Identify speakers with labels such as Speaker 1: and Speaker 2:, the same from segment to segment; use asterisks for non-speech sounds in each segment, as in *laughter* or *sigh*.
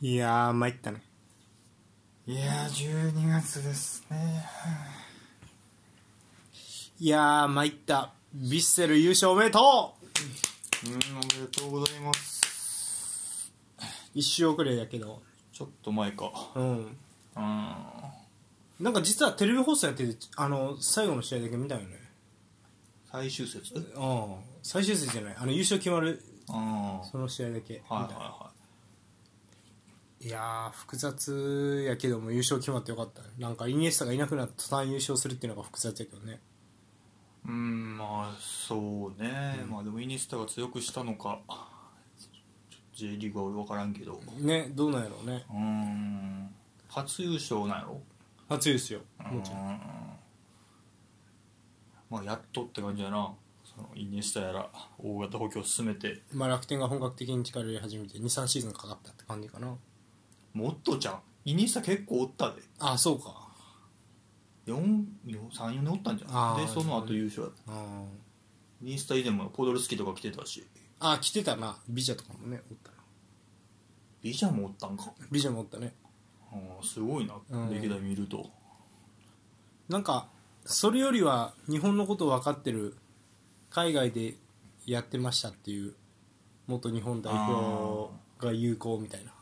Speaker 1: いやー、参ったね。
Speaker 2: いやー12月ですね
Speaker 1: いやー、参った。ヴィッセル優勝おめでとう
Speaker 2: うんおめでとうございます
Speaker 1: 一周遅れやけど。
Speaker 2: ちょっと前か
Speaker 1: うん。
Speaker 2: うん
Speaker 1: なんか実はテレビ放送やってて、あの、最後の試合だけ見たよね。
Speaker 2: 最終節うん
Speaker 1: うん。最終節じゃない。あの、優勝決まる、
Speaker 2: は
Speaker 1: その試合だけ見
Speaker 2: い
Speaker 1: た。
Speaker 2: はいはい
Speaker 1: やー、複雑やけども優勝決まってよかったね。なんか、イニエスタがいなくなった途端優勝するっていうのが複雑やけどね。
Speaker 2: いうんまあそうね、まあでもイニエスタが強くしたのかちょ J リーグは俺分からんけど
Speaker 1: ね、どうなんやろうね。
Speaker 2: うん初優勝なんやろ
Speaker 1: 初優勝。
Speaker 2: う
Speaker 1: もちろん。
Speaker 2: んまあやっとって感じやなそのイニエスタやら大型補強進めて
Speaker 1: まあ、楽天が本格的に力を入れ始めて、2、3シーズンかかったって感じかな。
Speaker 2: もっとじゃんイニエスタ結構おったで
Speaker 1: あ、そうか。
Speaker 2: 34年おったんじゃ
Speaker 1: あ
Speaker 2: ん
Speaker 1: ー
Speaker 2: でその後優勝やった
Speaker 1: うん。
Speaker 2: イニエスタ以前もポドルスキーとか来てたし
Speaker 1: あ、来てたな。ビジャとかもね、おったな。
Speaker 2: ビジャもおったんか
Speaker 1: ビジャもおったね。
Speaker 2: うんすごいな
Speaker 1: うん
Speaker 2: 歴代見ると
Speaker 1: なんか、それよりは日本のことを分かってる、海外でやってましたっていう、元日本代表が有効みたいな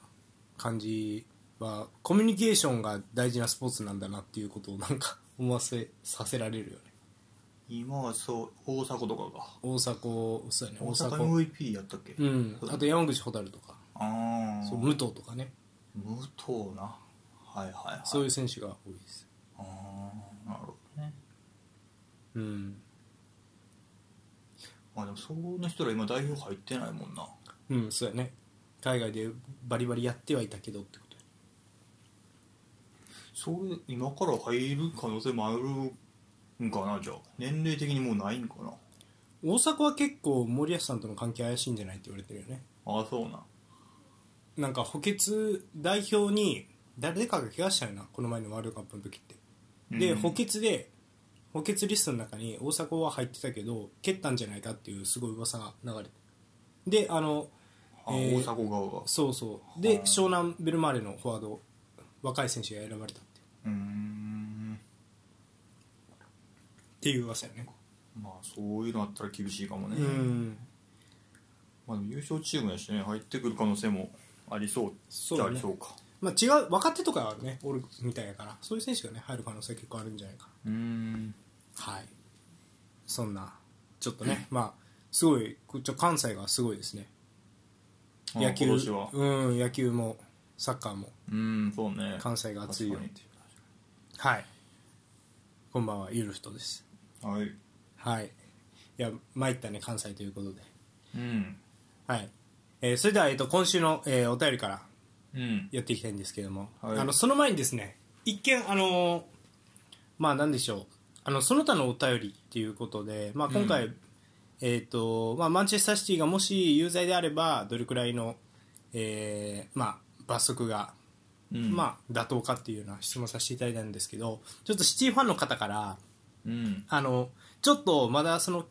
Speaker 1: 感じは、コミュニケーションが大事なスポーツなんだなっていうことをなんか思わせさせられるよね。
Speaker 2: 今はそう大迫とかが
Speaker 1: 大迫、そうやね、
Speaker 2: 大
Speaker 1: 大
Speaker 2: 阪
Speaker 1: 迫。
Speaker 2: MVP やったっけ
Speaker 1: うん。あと山口蛍とか、
Speaker 2: ああ
Speaker 1: そう武藤とかね、
Speaker 2: 武藤なはいはいはい
Speaker 1: そういう選手が多いです。
Speaker 2: ああなるほどね
Speaker 1: うん。
Speaker 2: まあでもその人ら今代表入ってないもんな
Speaker 1: うん、そうやね。海外でバリバリやってはいたけどってことや
Speaker 2: それ今から入る可能性もあるんかなじゃあ年齢的にもうないんかな
Speaker 1: 大阪は結構森保さんとの関係怪しいんじゃないって言われてるよね
Speaker 2: ああそうな
Speaker 1: なんか補欠代表に誰かが怪我したよなこの前のワールドカップの時ってで、
Speaker 2: うん
Speaker 1: 補欠で補欠リストの中に大阪は入ってたけど蹴ったんじゃないかっていうすごい噂が流れてであの
Speaker 2: あ、
Speaker 1: えー
Speaker 2: 大迫側が
Speaker 1: そうそうで湘南ベルマーレのフォワード若い選手が選ばれたって
Speaker 2: うーん
Speaker 1: っていう噂よね
Speaker 2: まあそういうのあったら厳しいかもね、
Speaker 1: うん
Speaker 2: まあ、でも優勝チームやしね入ってくる可能性もありそう
Speaker 1: そう
Speaker 2: じ
Speaker 1: だ
Speaker 2: ゃあ
Speaker 1: ね
Speaker 2: りそうか
Speaker 1: まあ違う若手とかはねおるみたいやからそういう選手がね入る可能性結構あるんじゃないかな
Speaker 2: うーん
Speaker 1: はいそんなちょっとね、まあすごいこちょ関西がすごいですね
Speaker 2: あ
Speaker 1: 野球
Speaker 2: 今年は
Speaker 1: うん野球もサッカーも
Speaker 2: うんそうね
Speaker 1: 関西が熱いよ
Speaker 2: 確
Speaker 1: はいこんばんはゆるふとです
Speaker 2: かにはい
Speaker 1: はいいや参ったね関西ということで
Speaker 2: うん
Speaker 1: はい、えーそれでは、えっと今週の、えーお便りから
Speaker 2: うん
Speaker 1: やっていきたいんですけども、
Speaker 2: はい
Speaker 1: あのその前にですね一見あのーまあなんでしょうあのその他のお便りっていうことで、まあ、今回、
Speaker 2: う
Speaker 1: えーとまあ、マンチェスターシティがもし有罪であればどれくらいの、えーまあ、罰則が、
Speaker 2: うん
Speaker 1: まあ、妥当かっていうような質問させていただいたんですけどちょっとシティファンの方から
Speaker 2: うん
Speaker 1: あのちょっとまだその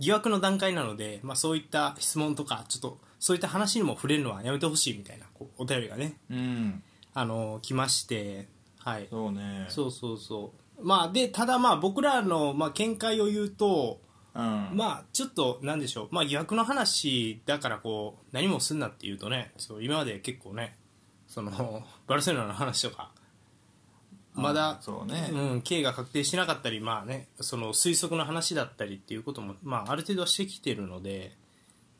Speaker 1: 疑惑の段階なので、まあ、そういった質問とかちょっとそういった話にも触れるのはやめてほしいみたいなこうお便りがね
Speaker 2: うん
Speaker 1: あの来まして、はい、
Speaker 2: そうね
Speaker 1: そうそうそう、まあ、でただ、まあ、僕らの、まあ、見解を言うと、
Speaker 2: うん
Speaker 1: まあ、ちょっと、なんでしょう、まあ、疑惑の話だからこう、何もすんなっていうとね、そう今まで結構ね、そのバルセロナの話とか、まだ、
Speaker 2: そうね
Speaker 1: うん、刑が確定してなかったり、まあね、その推測の話だったりっていうことも、まあ、ある程度はしてきてるので、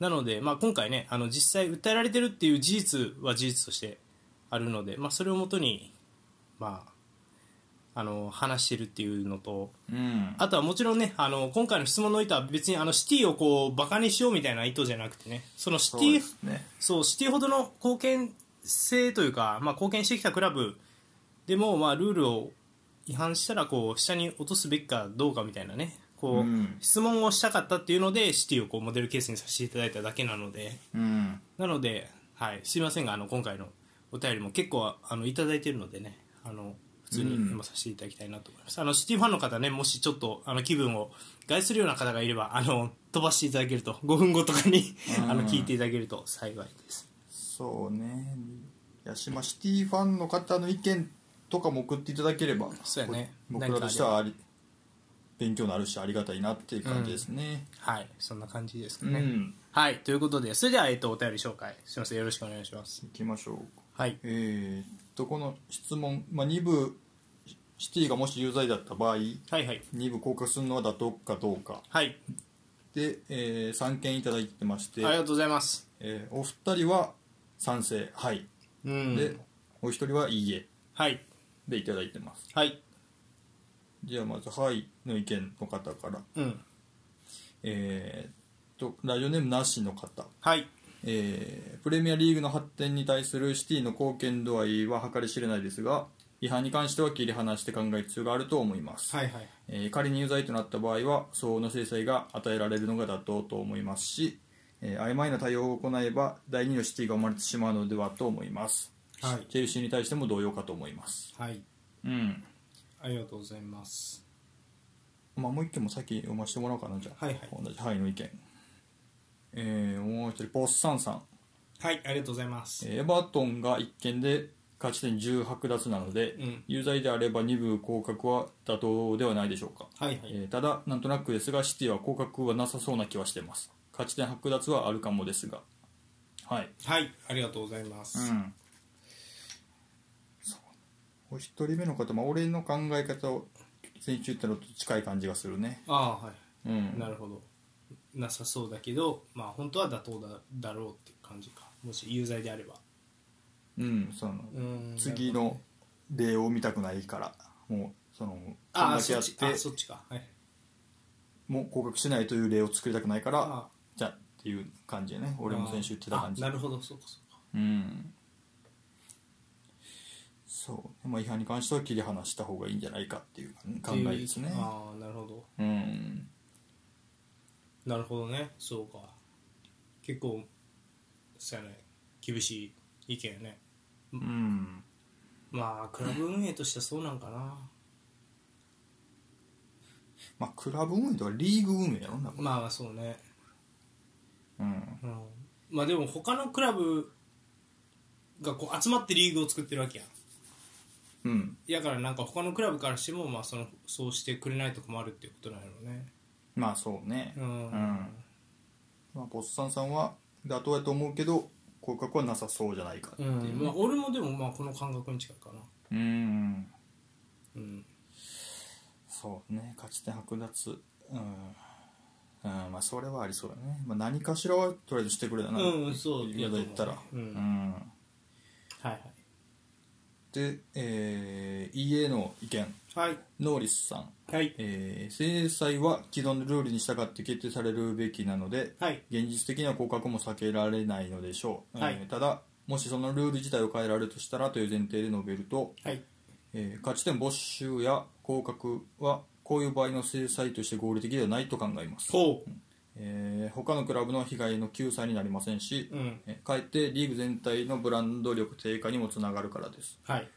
Speaker 1: なので、まあ、今回ね、あの実際、訴えられてるっていう事実は事実としてあるので、まあ、それをもとに、まあ、あの話してるっていうのと、
Speaker 2: うん
Speaker 1: あとはもちろんね、あの今回の質問の意図は別にあのシティをこうバカにしようみたいな意図じゃなくてね、そのシテ
Speaker 2: そうで
Speaker 1: ィ
Speaker 2: すね
Speaker 1: そうシティほどの貢献性というか、まあ、貢献してきたクラブでも、まあ、ルールを違反したらこう下に落とすべきかどうかみたいなねこう、
Speaker 2: うん
Speaker 1: 質問をしたかったっていうのでシティをこうモデルケースにさせていただいただけなので
Speaker 2: うん
Speaker 1: なので、はい、すいませんがあの今回のお便りも結構あのいただいてるのでねあの普通に
Speaker 2: うん
Speaker 1: 今させていただきたいなと思います、あのシティファンの方ねもしちょっとあの気分を害するような方がいればあの飛ばしていただけると5分後とかにあの聞いていただけると幸いです
Speaker 2: そうね八島シティファンの方の意見とかも送っていただければ
Speaker 1: そうやね
Speaker 2: ぼ僕らとしてはあり勉強になるしありがたいなっていう感じですね、
Speaker 1: はいそんな感じですか
Speaker 2: うん
Speaker 1: ね、はいということでそれでは、えっとお便り紹介すいませんよろしくお願いします
Speaker 2: 行きましょう
Speaker 1: はい
Speaker 2: えーっとこの質問、まあ、2部シティがもし有罪だった場合
Speaker 1: はいはい
Speaker 2: 2部降格するのは妥当かどうか
Speaker 1: はい
Speaker 2: で、え3件いただいてまし
Speaker 1: あ
Speaker 2: て
Speaker 1: り、がとうございます
Speaker 2: えーお二人は賛成はい、
Speaker 1: うん
Speaker 2: でお一人はいいえ
Speaker 1: はい
Speaker 2: でいただいてます
Speaker 1: はい
Speaker 2: じゃあまず「はい」の意見の方から
Speaker 1: うん
Speaker 2: えーっとラジオネームなしの方
Speaker 1: はい
Speaker 2: えープレミアリーグの発展に対するシティの貢献度合いは計り知れないですが違反に関しては切り離して考える必要があると思います、
Speaker 1: はいはい
Speaker 2: えー仮に有罪となった場合は相応の制裁が与えられるのが妥当と思いますし、えー曖昧な対応を行えば第二のシティが生まれてしまうのではと思います、
Speaker 1: はい
Speaker 2: チェルシーに対しても同様かと思います
Speaker 1: はい
Speaker 2: うん
Speaker 1: ありがとうございます
Speaker 2: まあ、もう一件も先読ませてもらおうかなじゃあ、
Speaker 1: はいはい
Speaker 2: 同じ「はい」の意見えー、もう一人ポッサンさん
Speaker 1: はいありがとうございます
Speaker 2: エバートンが1件で勝ち点10剥奪なので、
Speaker 1: うん
Speaker 2: 有罪であれば2部降格は妥当ではないでしょうか、
Speaker 1: はいはい
Speaker 2: えーただなんとなくですがシティは降格はなさそうな気はしてます勝ち点剥奪はあるかもですがはい
Speaker 1: はいありがとうございます、
Speaker 2: んお一人目の方、まあ、俺の考え方を先週言ったのと近い感じがするね
Speaker 1: ああはい
Speaker 2: うん
Speaker 1: なるほどなさそうだけどまあ本当は妥当だだろうっていう感じかもし有罪であれば
Speaker 2: うんその
Speaker 1: うん
Speaker 2: 次
Speaker 1: なる
Speaker 2: の例を見たくないからもうその
Speaker 1: ほどあ
Speaker 2: こ
Speaker 1: あ
Speaker 2: んだけ
Speaker 1: そ
Speaker 2: や
Speaker 1: っ
Speaker 2: っ
Speaker 1: ち
Speaker 2: て
Speaker 1: あそっちかはい
Speaker 2: もう降格しないという例を作りたくないから
Speaker 1: あ
Speaker 2: じゃあっていう感じやね俺も先週言ってた感じ
Speaker 1: あなるほどそうかそうか
Speaker 2: うんそう、まあ、違反に関しては切り離した方がいいんじゃないかっていう考えですね
Speaker 1: ああなるほど
Speaker 2: うん
Speaker 1: なるほどねそうか結構そうやね厳しい意見やね
Speaker 2: うん
Speaker 1: まあクラブ運営としてはそうなんかな
Speaker 2: まあクラブ運営とかリーグ運営やろんなこれ
Speaker 1: まあそうね
Speaker 2: うん
Speaker 1: うんまあでも他のクラブがこう集まってリーグを作ってるわけやん
Speaker 2: うん
Speaker 1: やからなんか他のクラブからしてもまあそのそうしてくれないと困るっていうことなんやろうね
Speaker 2: まあそうね
Speaker 1: うん
Speaker 2: まあポッサンさんは妥当やと思うけど降格はなさそうじゃないかって
Speaker 1: う
Speaker 2: い
Speaker 1: ん、
Speaker 2: う
Speaker 1: まあ
Speaker 2: ね
Speaker 1: 俺もでもまあこの感覚に近いかな
Speaker 2: うん
Speaker 1: うん
Speaker 2: そうね勝ち点剥奪うん、うん、まあそれはありそうだね、まあ、何かしらはとりあえずしてくれだな
Speaker 1: うんそう
Speaker 2: いや言ったら
Speaker 1: うん
Speaker 2: ん
Speaker 1: はい
Speaker 2: でえー、EA の意見
Speaker 1: はいはい
Speaker 2: ノーリスさん、
Speaker 1: はい
Speaker 2: えー、制裁は既存のルールに従って決定されるべきなので、
Speaker 1: はい
Speaker 2: 現実的には降格も避けられないのでしょう、
Speaker 1: はい
Speaker 2: えーただもしそのルール自体を変えられるとしたらという前提で述べると、
Speaker 1: はい
Speaker 2: えー勝ち点没収や降格はこういう場合の制裁として合理的ではないと考えます、
Speaker 1: ほ
Speaker 2: えー他のクラブの被害の救済になりませんし、
Speaker 1: ううん
Speaker 2: えーかえってリーグ全体のブランド力低下にもつながるからです、
Speaker 1: はい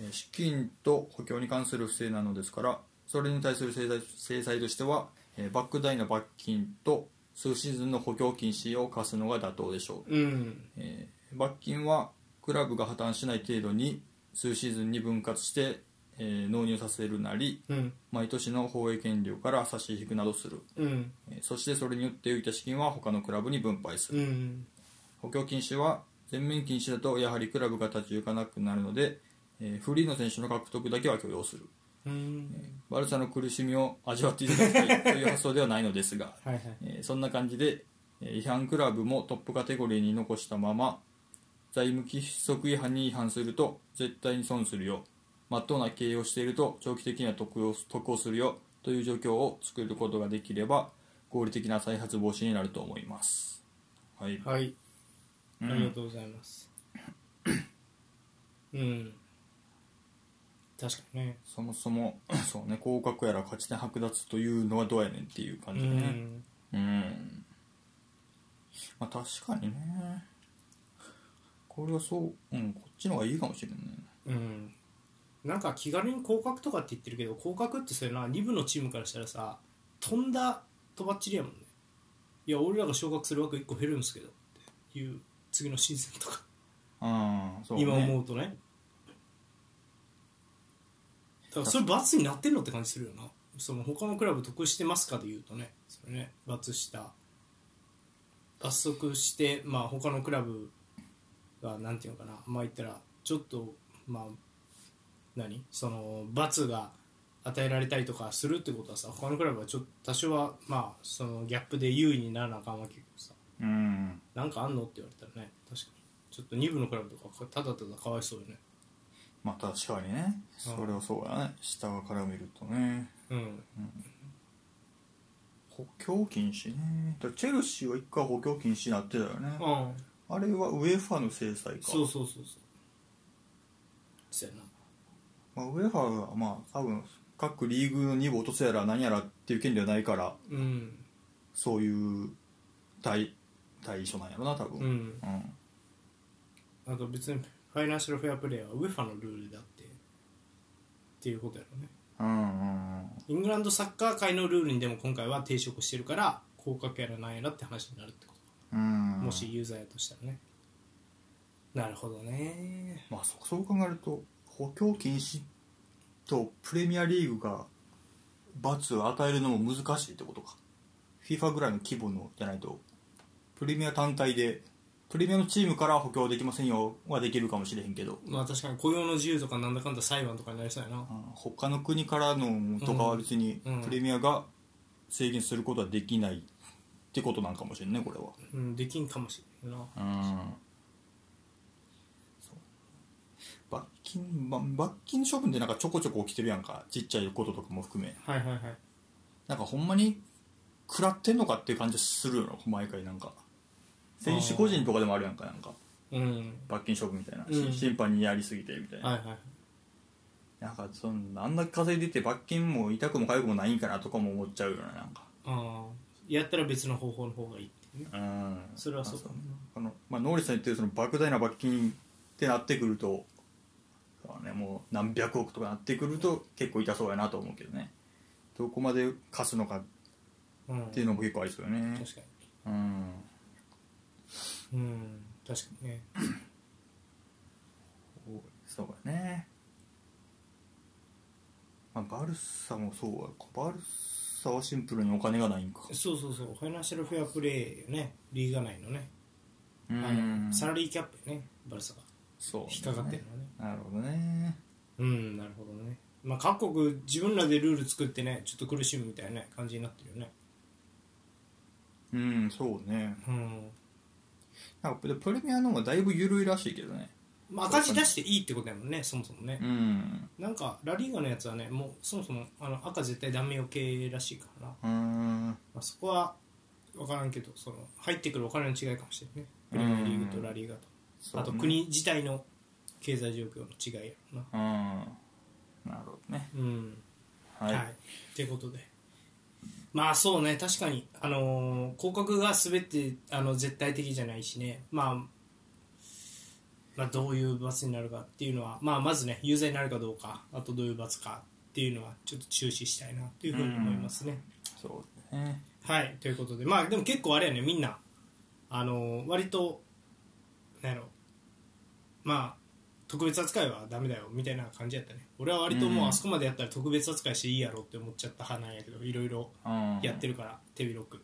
Speaker 2: えー資金と補強に関する不正なのですからそれに対する制裁制裁としては、えーバック代の罰金と数シーズンの補強禁止を課すのが妥当でしょう
Speaker 1: うん
Speaker 2: えー罰金はクラブが破綻しない程度に数シーズンに分割して、えー納入させるなり
Speaker 1: うん
Speaker 2: 毎年の放映権料から差し引くなどする、
Speaker 1: うん
Speaker 2: えーそしてそれによって浮いた資金は他のクラブに分配す
Speaker 1: う
Speaker 2: る
Speaker 1: ん
Speaker 2: 補強禁止は全面禁止だとやはりクラブが立ち行かなくなるので、えーフリーの選手の獲得だけは許容する
Speaker 1: うん
Speaker 2: バルサの苦しみを味わっていただきたいという発想ではないのですが
Speaker 1: はいはい
Speaker 2: えーそんな感じで、えー違反クラブもトップカテゴリーに残したまま財務規則違反に違反すると絶対に損するよまっとうな経営をしていると長期的には得を得をするよという状況を作ることができれば合理的な再発防止になると思いますはい、
Speaker 1: はい
Speaker 2: うん
Speaker 1: ありがとうございますうん確かにね
Speaker 2: そもそもそうね降格やら勝ち点剥奪というのはどうやねんっていう
Speaker 1: う
Speaker 2: 感じだね
Speaker 1: ん
Speaker 2: うん、まあ確かにねこれはそううんこっちの方がいいかもしれないね
Speaker 1: うんなんか気軽に降格とかって言ってるけど降格ってそれな2部のチームからしたらさ飛んだとばっちりやもんねいや俺らが昇格する枠1個減るんですけどっていう次のシーズンとか
Speaker 2: うんそうね
Speaker 1: 今思うとねだからそれ罰になってんのって感じするよなその他のクラブ得してますかで言うとねそれね罰した罰則してまあ他のクラブがなんていうのかなまあ言ったらちょっとまあ何その罰が与えられたりとかするってことはさ他のクラブはちょっと多少はまあそのギャップで優位にならなあかんわけよさ
Speaker 2: うん
Speaker 1: なんかあんのって言われたらね確かにちょっと2部のクラブとかただただかわいそうよね
Speaker 2: まあ確かにねそれはそうやね下側から見るとね
Speaker 1: うん
Speaker 2: 補強禁止ねだからチェルシーは一回補強禁止になってたよね
Speaker 1: うん
Speaker 2: あれはウェファの制裁か
Speaker 1: そうそうそうそうそうやな
Speaker 2: まあ、ウェファはまあ多分各リーグの2部落とすやら何やらっていう権利はないから
Speaker 1: うん
Speaker 2: そういう対対象なんやろな多分
Speaker 1: うん
Speaker 2: うん
Speaker 1: あと別にファイナンシャルフェアプレーは UEFA のルールだってっていうことやろね
Speaker 2: うんうんうん
Speaker 1: イングランドサッカー界のルールにでも今回は抵触してるから降格やらなんやらって話になるってこと
Speaker 2: うん
Speaker 1: もしユーザーやとしたらねなるほどね
Speaker 2: まあそそう考えると補強禁止とプレミアリーグが罰を与えるのも難しいってことか FIFA ぐらいの規模のじゃないとプレミア単体でプレミアのチームから補強できませんよはできるかもしれへんけど、
Speaker 1: まあ確かに雇用の自由とかなんだかんだ裁判とかになりそうやな
Speaker 2: うん他の国からのとかは別に
Speaker 1: うんうん
Speaker 2: プレミアが制限することはできないってことなんかもしれんねこれは
Speaker 1: うんできんかもしれないな
Speaker 2: うんそう罰金、ま、罰金処分でなんかちょこちょこ起きてるやんかちっちゃいこととかも含め
Speaker 1: はいはいはい
Speaker 2: なんかほんまに食らってんのかっていう感じするよな毎回なんか選手個人とかでもあるやんかなんか
Speaker 1: うん
Speaker 2: 罰金処分みたいな、
Speaker 1: うん
Speaker 2: 審判にやりすぎてみたいな、
Speaker 1: はいはい
Speaker 2: なんかそんなあんだけ稼いでて罰金も痛くも痒くもないんかなとかも思っちゃうよななんか
Speaker 1: あーやったら別の方法の方がいいっていうね
Speaker 2: うん
Speaker 1: それはそうか
Speaker 2: あの、まあ、ノーリスさん言ってるその莫大な罰金ってなってくるとそうね、もう何百億とかなってくると結構痛そうやなと思うけどねどこまで貸すのか
Speaker 1: うん
Speaker 2: っていうのも結構ありそうよね
Speaker 1: 確か
Speaker 2: うん
Speaker 1: にうん確かにね
Speaker 2: そうだね、まあ、バルサもそうやかバルサはシンプルにお金がないんか
Speaker 1: そうそうそうファイナンシャルフェアプレーよねリーガ内のね
Speaker 2: う
Speaker 1: あ
Speaker 2: ん
Speaker 1: のサラリーキャップよねバルサが
Speaker 2: そうね、
Speaker 1: 引っかかってるのね
Speaker 2: なるほどね
Speaker 1: うんなるほどねまあ各国自分らでルール作ってねちょっと苦しむみたいなね感じになってるよね
Speaker 2: うんそうね
Speaker 1: うん
Speaker 2: なんかプレミアの方がだいぶ緩いらしいけどね
Speaker 1: まあ赤字出していいってことやもんねそもそもね
Speaker 2: うん
Speaker 1: なんかラリーガのやつはねもうそもそもあの赤絶対ダメよけらしいからな
Speaker 2: うーん
Speaker 1: まあ、そこは分からんけどその入ってくるお金の違いかもしれないねプレミアリーグとラリーガと、
Speaker 2: そう
Speaker 1: あ
Speaker 2: ね
Speaker 1: と国自体の経済状況の違いやろな
Speaker 2: うんなるほどね
Speaker 1: うん
Speaker 2: は、
Speaker 1: はいい、ってことでまあそうね確かにあのー降格が全てあの絶対的じゃないしね、まあ、まあどういう罰になるかっていうのは、まあ、まずね有罪になるかどうかあとどういう罰かっていうのはちょっと注視したいなというふうに思いますね、
Speaker 2: そうね
Speaker 1: はいということでまあでも結構あれやねみんなあのー割となんやろまあ特別扱いはダメだよみたいな感じやったね俺は割ともう
Speaker 2: うん
Speaker 1: あそこまでやったら特別扱いしていいやろって思っちゃった派なんやけどいろいろ
Speaker 2: うん
Speaker 1: やってるから、手広く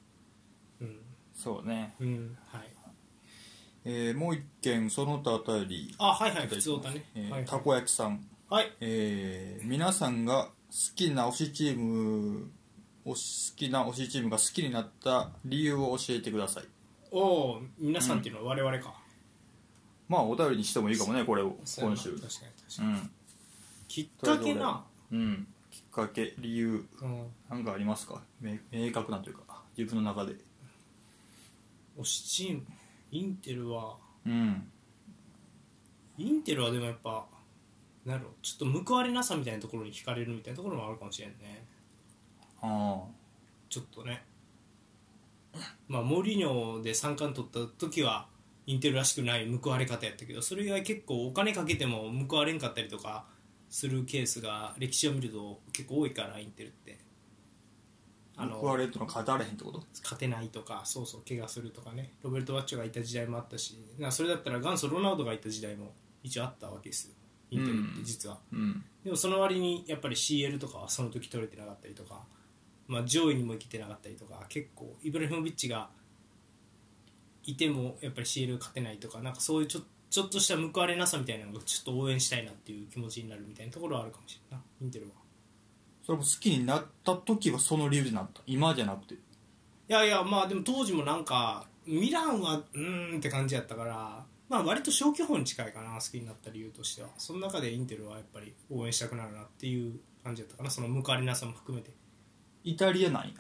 Speaker 1: うん
Speaker 2: そうね
Speaker 1: うんはい
Speaker 2: えー、もう一件その他あたり
Speaker 1: あはいはい普通おたね、
Speaker 2: えー
Speaker 1: はい
Speaker 2: たこ焼きさん
Speaker 1: はい
Speaker 2: えー皆さんが好きな推しチームお好きな推しチームが好きになった理由を教えてください
Speaker 1: おおー皆さんっていうのは我々か、
Speaker 2: まあお便りにしてもいいかもねこれを
Speaker 1: そうや
Speaker 2: 今
Speaker 1: な
Speaker 2: 週
Speaker 1: 確かに確か
Speaker 2: う
Speaker 1: に、
Speaker 2: ん
Speaker 1: きっかけな、
Speaker 2: うんきっかけ理由
Speaker 1: うん、
Speaker 2: なんかありますか明明確なというか自分の中で
Speaker 1: 推しチームインテルは
Speaker 2: うん
Speaker 1: インテルはでもやっぱなんだろうちょっと報われなさみたいなところに惹かれるみたいなところもあるかもしれんね
Speaker 2: ああ
Speaker 1: ちょっとねまあモーリーニョで三冠取った時はインテルらしくない報われ方やったけどそれ以外結構お金かけても報われんかったりとかするケースが歴史を見ると結構多いからインテルってああの
Speaker 2: 報われるってのは勝たれへんってこと
Speaker 1: 勝てないとかそうそう怪我するとかねロベルト・バッチョがいた時代もあったしなそれだったら元祖ロナウドがいた時代も一応あったわけですよインテルって実は、
Speaker 2: うん
Speaker 1: でもその割にやっぱり CL とかはその時取れてなかったりとか、まあ、上位にも行けてなかったりとか結構イブラヒモビッチがいてもやっぱり CL 勝てないとかなんかそういうちょちょっとした報われなさみたいなのがちょっと応援したいなっていう気持ちになるみたいなところはあるかもしれないなインテルは。
Speaker 2: それも好きになった時はその理由でなった今じゃなくて
Speaker 1: いやいやまあでも当時もなんかミランはうーんって感じやったからまあ割と消去法に近いかな好きになった理由としてはその中でインテルはやっぱり応援したくなるなっていう感じやったかなその報われなさも含めて
Speaker 2: イタリアなんや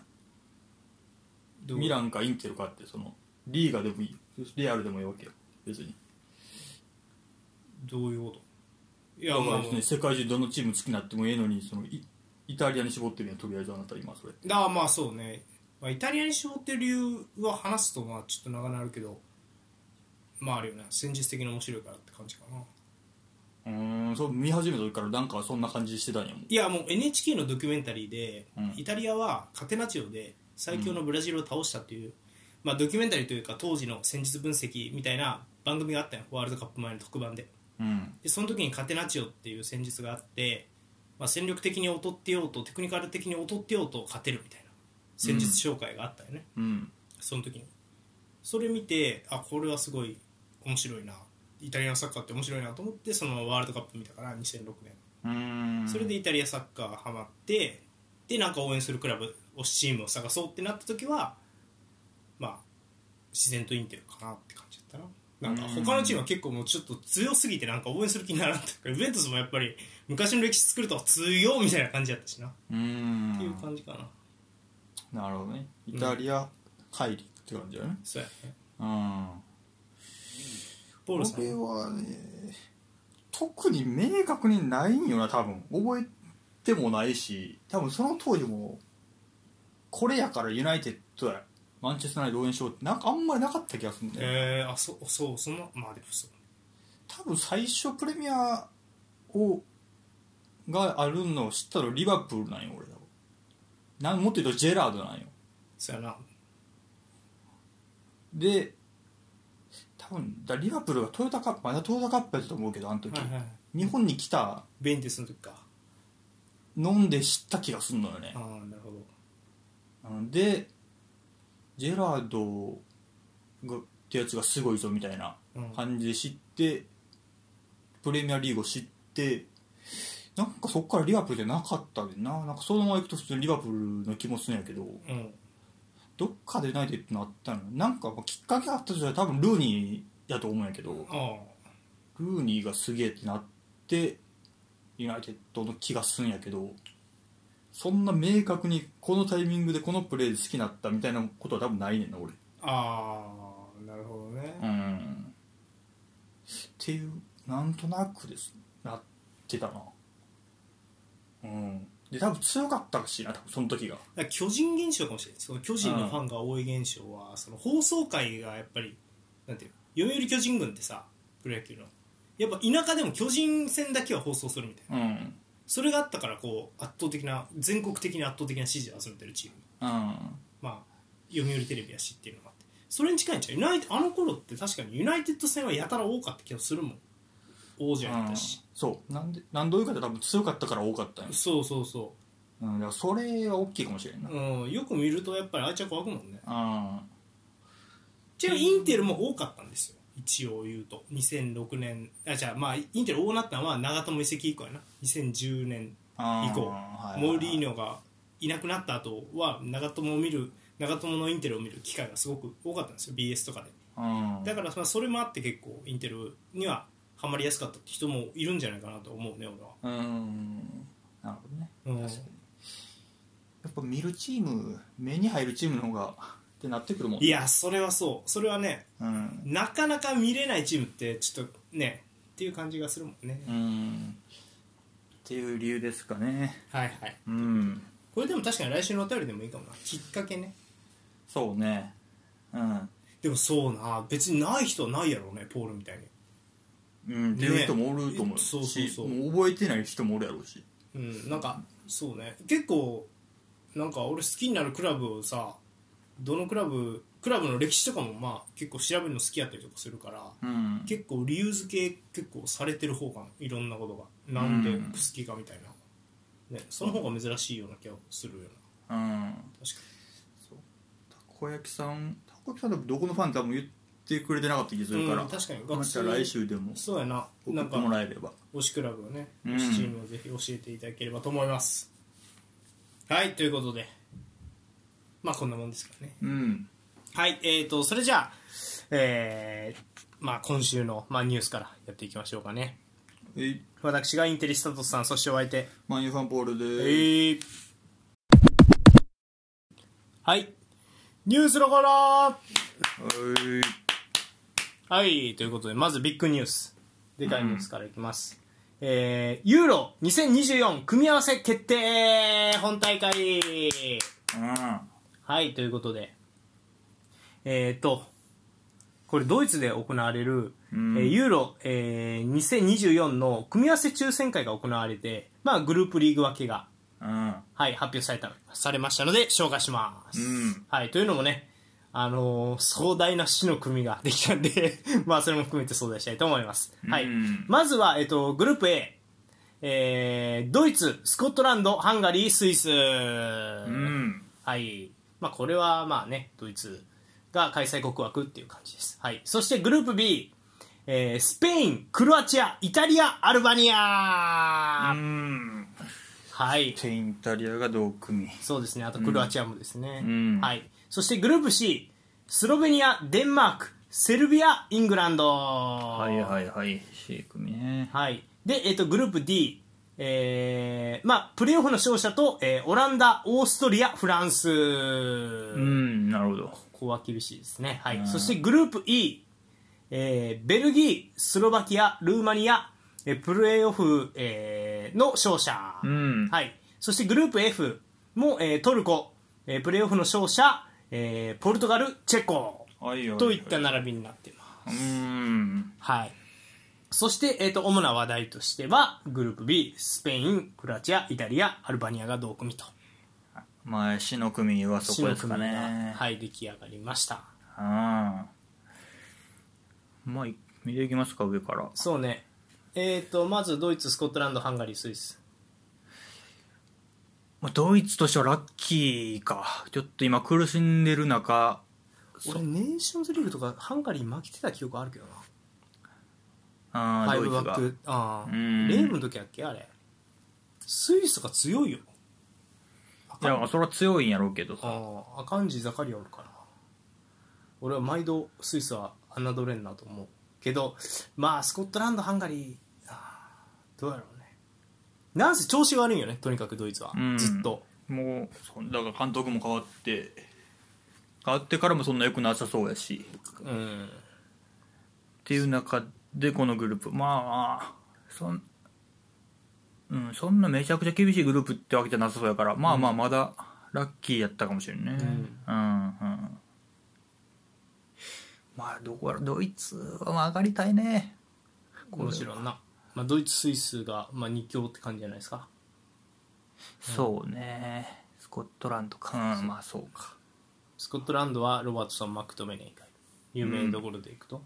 Speaker 1: どう
Speaker 2: ミランかインテルかってそのリーガでもいいレアルでもいいわけよ別に
Speaker 1: どういうことい
Speaker 2: だ
Speaker 1: や
Speaker 2: か
Speaker 1: ま
Speaker 2: ら
Speaker 1: あ
Speaker 2: 別に世界中どのチーム好きになってもええのにそのイイタリアに絞ってるやんとりあえずあなた今それ
Speaker 1: だからまあそうね、まあ、イタリアに絞ってる理由は話すとまあちょっと長なるけどまああるよね戦術的に面白いからって感じかな
Speaker 2: うーんそう見始めた時からなんかそんな感じしてたんやもん
Speaker 1: いやもう NHK のドキュメンタリーで、
Speaker 2: うん
Speaker 1: イタリアはカテナチオで最強のブラジルを倒したっていう、まあ、ドキュメンタリーというか当時の戦術分析みたいな番組があったよワールドカップ前の特番で
Speaker 2: うん
Speaker 1: でその時にカテナチオっていう戦術があって、まあ、戦力的に劣ってようとテクニカル的に劣ってようと勝てるみたいな戦術紹介があったよね、
Speaker 2: うん
Speaker 1: その時にそれ見てあこれはすごい面白いなイタリアのサッカーって面白いなと思ってそのままワールドカップ見たから2006年
Speaker 2: うーん
Speaker 1: それでイタリアサッカーハマってでなんか応援するクラブをチームを探そうってなった時はまあ自然とインテルかなって感じだったななんか
Speaker 2: うん
Speaker 1: 他のチームは結構もうちょっと強すぎてなんか応援する気にならなかったからユベントスもやっぱり昔の歴史作ると強いみたいな感じだったしなっ
Speaker 2: うーん
Speaker 1: ていう感じかな
Speaker 2: なるほどねイタリア帰りって感じだよね
Speaker 1: そうやね
Speaker 2: うん
Speaker 1: ポールさ
Speaker 2: こ
Speaker 1: ん
Speaker 2: れ
Speaker 1: は
Speaker 2: はね特に明確にないんよな多分覚えてもないし多分その当時もこれやからユナイテッドやマンチェスターナイト応援しようってなんかあんまりなかった気がするんだよ、
Speaker 1: えー、あそうそうそのまあでもそう
Speaker 2: 多分最初プレミアをがあるのを知ったのリバプールなんよ俺多分なんもっと言うとジェラードなんよ
Speaker 1: そうやな
Speaker 2: で多分だリバプールがトヨタカップまだトヨタカップやったと思うけどあの時、
Speaker 1: はいはい
Speaker 2: 日本に来た
Speaker 1: ベンテスの時か
Speaker 2: 飲んで知った気がするのよね
Speaker 1: ああなるほど
Speaker 2: うんでジェラードがってやつがすごいぞみたいな
Speaker 1: うん
Speaker 2: 感じで知ってプレミアリーグを知ってなんかそっからリバプールじゃなかったでななんかそのまま行くと普通にリバプールの気もするんやけど
Speaker 1: うん
Speaker 2: どっかでないでってのあったのなんかきっかけがあったじゃ多分ルーニーやと思うんやけど、
Speaker 1: あ
Speaker 2: ルーニーがすげえってなってユナイテッドの気がすんやけどそんな明確にこのタイミングでこのプレーで好きになったみたいなことは多分ないねんな俺
Speaker 1: あああなるほどね、
Speaker 2: うんっていうなんとなくですなってたなうんで多分強かったしな多分その時が
Speaker 1: だから巨人現象かもしれないその巨人のファンが多い現象は、その放送会がやっぱりなんていうの読売巨人軍ってさプロ野球のやっぱ田舎でも巨人戦だけは放送するみたいな
Speaker 2: うん
Speaker 1: それがあったからこう圧倒的な全国的に圧倒的な支持を集めてるチーム
Speaker 2: うん
Speaker 1: まあ読売テレビやしっていうのがあってそれに近いんちゃうユナイテあの頃って確かにユナイテッド戦はやたら多かった気がするもん王者やったし、
Speaker 2: そうなんでなんどういうかって多分強かったから多かったんや、
Speaker 1: そうそうそ
Speaker 2: うん、だからそれは大きいかもしれんな
Speaker 1: う、うん、よく見るとやっぱり愛着湧くもんね
Speaker 2: うん
Speaker 1: ちなみにインテルも多かったんですよ一応言うと2006年あじゃあまあインテル多なったのは長友移籍以降やな2010年
Speaker 2: 以
Speaker 1: 以降モーリーニョがいなくなった後は長友を見る長友のインテルを見る機会がすごく多かったんですよ BS とかで
Speaker 2: うん
Speaker 1: だからまあそれもあって結構インテルにはハマりやすかったって人もいるんじゃないかなと思うね
Speaker 2: うんなるほどね
Speaker 1: 俺は、うん、
Speaker 2: 確かにやっぱ見るチーム目に入るチームの方がってなってくるもん
Speaker 1: いやそれはそうそれはね
Speaker 2: うん、
Speaker 1: なかなか見れないチームってちょっとねっていう感じがするもんね、
Speaker 2: うん、っていう理由ですかね
Speaker 1: はいはい
Speaker 2: うん
Speaker 1: これでも確かに来週のお便りでもいいかもなきっかけね
Speaker 2: そうねうん、
Speaker 1: でもそうな別にない人はないやろうねポールみたいに
Speaker 2: うん、っていう人もおると思うし、
Speaker 1: そうそうそう
Speaker 2: もう覚えてない人もおるやろうし
Speaker 1: うんなんかそうね結構なんか俺好きになるクラブをさどのクラブクラブの歴史とかもまあ結構調べるの好きやったりとかするから、
Speaker 2: うん
Speaker 1: 結構理由付け結構されてる方がいろんなことがなんで好きかみたいな、ね、その方が珍しいような気がするような
Speaker 2: うん
Speaker 1: 確か
Speaker 2: たこ焼きさんたこ焼きさん多分どこのファン多分言ってくれてなかった気するから、
Speaker 1: うん確かに
Speaker 2: また来週でも
Speaker 1: そうやな
Speaker 2: 送
Speaker 1: な
Speaker 2: っ
Speaker 1: ん
Speaker 2: ても
Speaker 1: から
Speaker 2: えれば
Speaker 1: 推しクラブをね
Speaker 2: うん
Speaker 1: 推しチームをぜひ教えていただければと思います、はいということでまあこんなもんですからね
Speaker 2: うん
Speaker 1: はい、えー、とそれじゃあ、えーまあ、今週の、まあ、ニュースからやっていきましょうかね
Speaker 2: えい
Speaker 1: 私がインテリスタトスさんそしてお相手
Speaker 2: マンユーファンポールで
Speaker 1: え
Speaker 2: ー
Speaker 1: ーはいニュースのコーナー
Speaker 2: はい
Speaker 1: はいということでまずビッグニュースでかいニュースからいきます、えーユーロ2024組み合わせ決定本大会はい、ということで。えっ、と、これドイツで行われる、
Speaker 2: うん
Speaker 1: えーユーロ、えー2024の組み合わせ抽選会が行われて、まあグループリーグ分けが、
Speaker 2: うんうん
Speaker 1: はい、発表された、されましたので紹介します。
Speaker 2: うん
Speaker 1: はい、というのもね、あのー壮大な死の組ができたんで、 *laughs* まあそれも含めて壮大したいと思います。はい。
Speaker 2: うん
Speaker 1: まずは、えっ、と、グループ A。えードイツ、スコットランド、ハンガリー、スイス。
Speaker 2: うん
Speaker 1: はい、まあ、これはまあねドイツが開催国枠っていう感じです、はい、そしてグループ B、えースペインクロアチアイタリアアルバニア、
Speaker 2: うん
Speaker 1: はい
Speaker 2: スペインイタリアが同組
Speaker 1: そうですねあとクロアチアもですね、
Speaker 2: うん
Speaker 1: はい、そしてグループ C スロベニアデンマークセルビアイングランドは
Speaker 2: はいはいはい C 組ね
Speaker 1: はい、で、えっとグループ D、えーまあ、プレーオフの勝者と、えーオランダオーストリアフランス、
Speaker 2: うんなるほど
Speaker 1: ここは厳しいですね、はい
Speaker 2: ん
Speaker 1: そしてグループ E、えーベルギー、スロバキア、ルーマニア、えープレーオフ、えーの勝者、
Speaker 2: うん
Speaker 1: はい、そしてグループ F も、えートルコ、えープレーオフの勝者、えーポルトガル、チェコ
Speaker 2: はいはいはい
Speaker 1: といった並びになっています。
Speaker 2: うん
Speaker 1: はいそして、えー、と主な話題としてはグループ B スペイン、クロアチア、イタリアアルバニアが同組と
Speaker 2: まあ死の組はそこですか
Speaker 1: 四の組
Speaker 2: ね
Speaker 1: がはい、出来上がりました。
Speaker 2: ああまあい見ていきますか上から
Speaker 1: そうね。えっ、と、まずドイツ、スコットランド、ハンガリー、スイス。
Speaker 2: まあドイツとしてはラッキーかちょっと今苦しんでる中
Speaker 1: 俺、ネーションズリーグとかハンガリー負けてた記憶あるけどな。
Speaker 2: あ
Speaker 1: フ
Speaker 2: ー
Speaker 1: ァイ
Speaker 2: ドイ
Speaker 1: ブ
Speaker 2: ツ
Speaker 1: バ
Speaker 2: が
Speaker 1: ック。ああ。レ
Speaker 2: うん
Speaker 1: ームの時やっけあれ。スイスが強いよ。
Speaker 2: いやまあそれは強いんやろうけどさ
Speaker 1: ああ、アカンジ、ザカリアおるから。俺は毎度スイスは侮れんなと思う。けど、まあ、スコットランド、ハンガリー、ああどうやろうね。なんせ調子が悪いんよね、とにかくドイツは。
Speaker 2: うん
Speaker 1: ずっと。
Speaker 2: もうそだから監督も変わって変わってからもそんな良くなさそうやし
Speaker 1: うん。
Speaker 2: っていう中でこのグループまあそん,、うん、そんなめちゃくちゃ厳しいグループってわけじゃなさそうやからまあまあまだラッキーやったかもしれんねうんうんまあどこやろドイツはまあ上がりたいね
Speaker 1: もちろんな、まあ、ドイツ、スイスが、まあ、2強って感じじゃないですか
Speaker 2: そうねスコットランドかうんまあそうか
Speaker 1: スコットランドはロバートソン・マクトメネイがいる有名どころでいくと、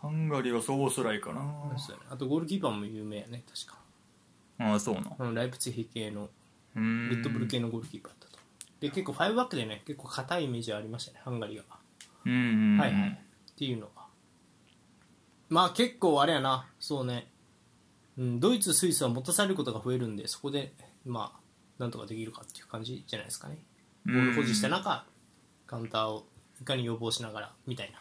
Speaker 2: ハンガリーはソボスライかな
Speaker 1: そうやねあとゴールキーパーも有名やね確か
Speaker 2: ああそうな
Speaker 1: このライプツィヒ系の
Speaker 2: うん
Speaker 1: レッドブル系のゴールキーパーだとで結構ファイブバックでね結構硬いイメージありましたねハンガリーが、
Speaker 2: うんうんうん
Speaker 1: はいはいっていうのがまあ結構あれやなそうね、うん、ドイツスイスは持たされることが増えるんでそこでまあなんとかできるかっていう感じじゃないですかねボール保持した中カウンターをいかに予防しながらみたいな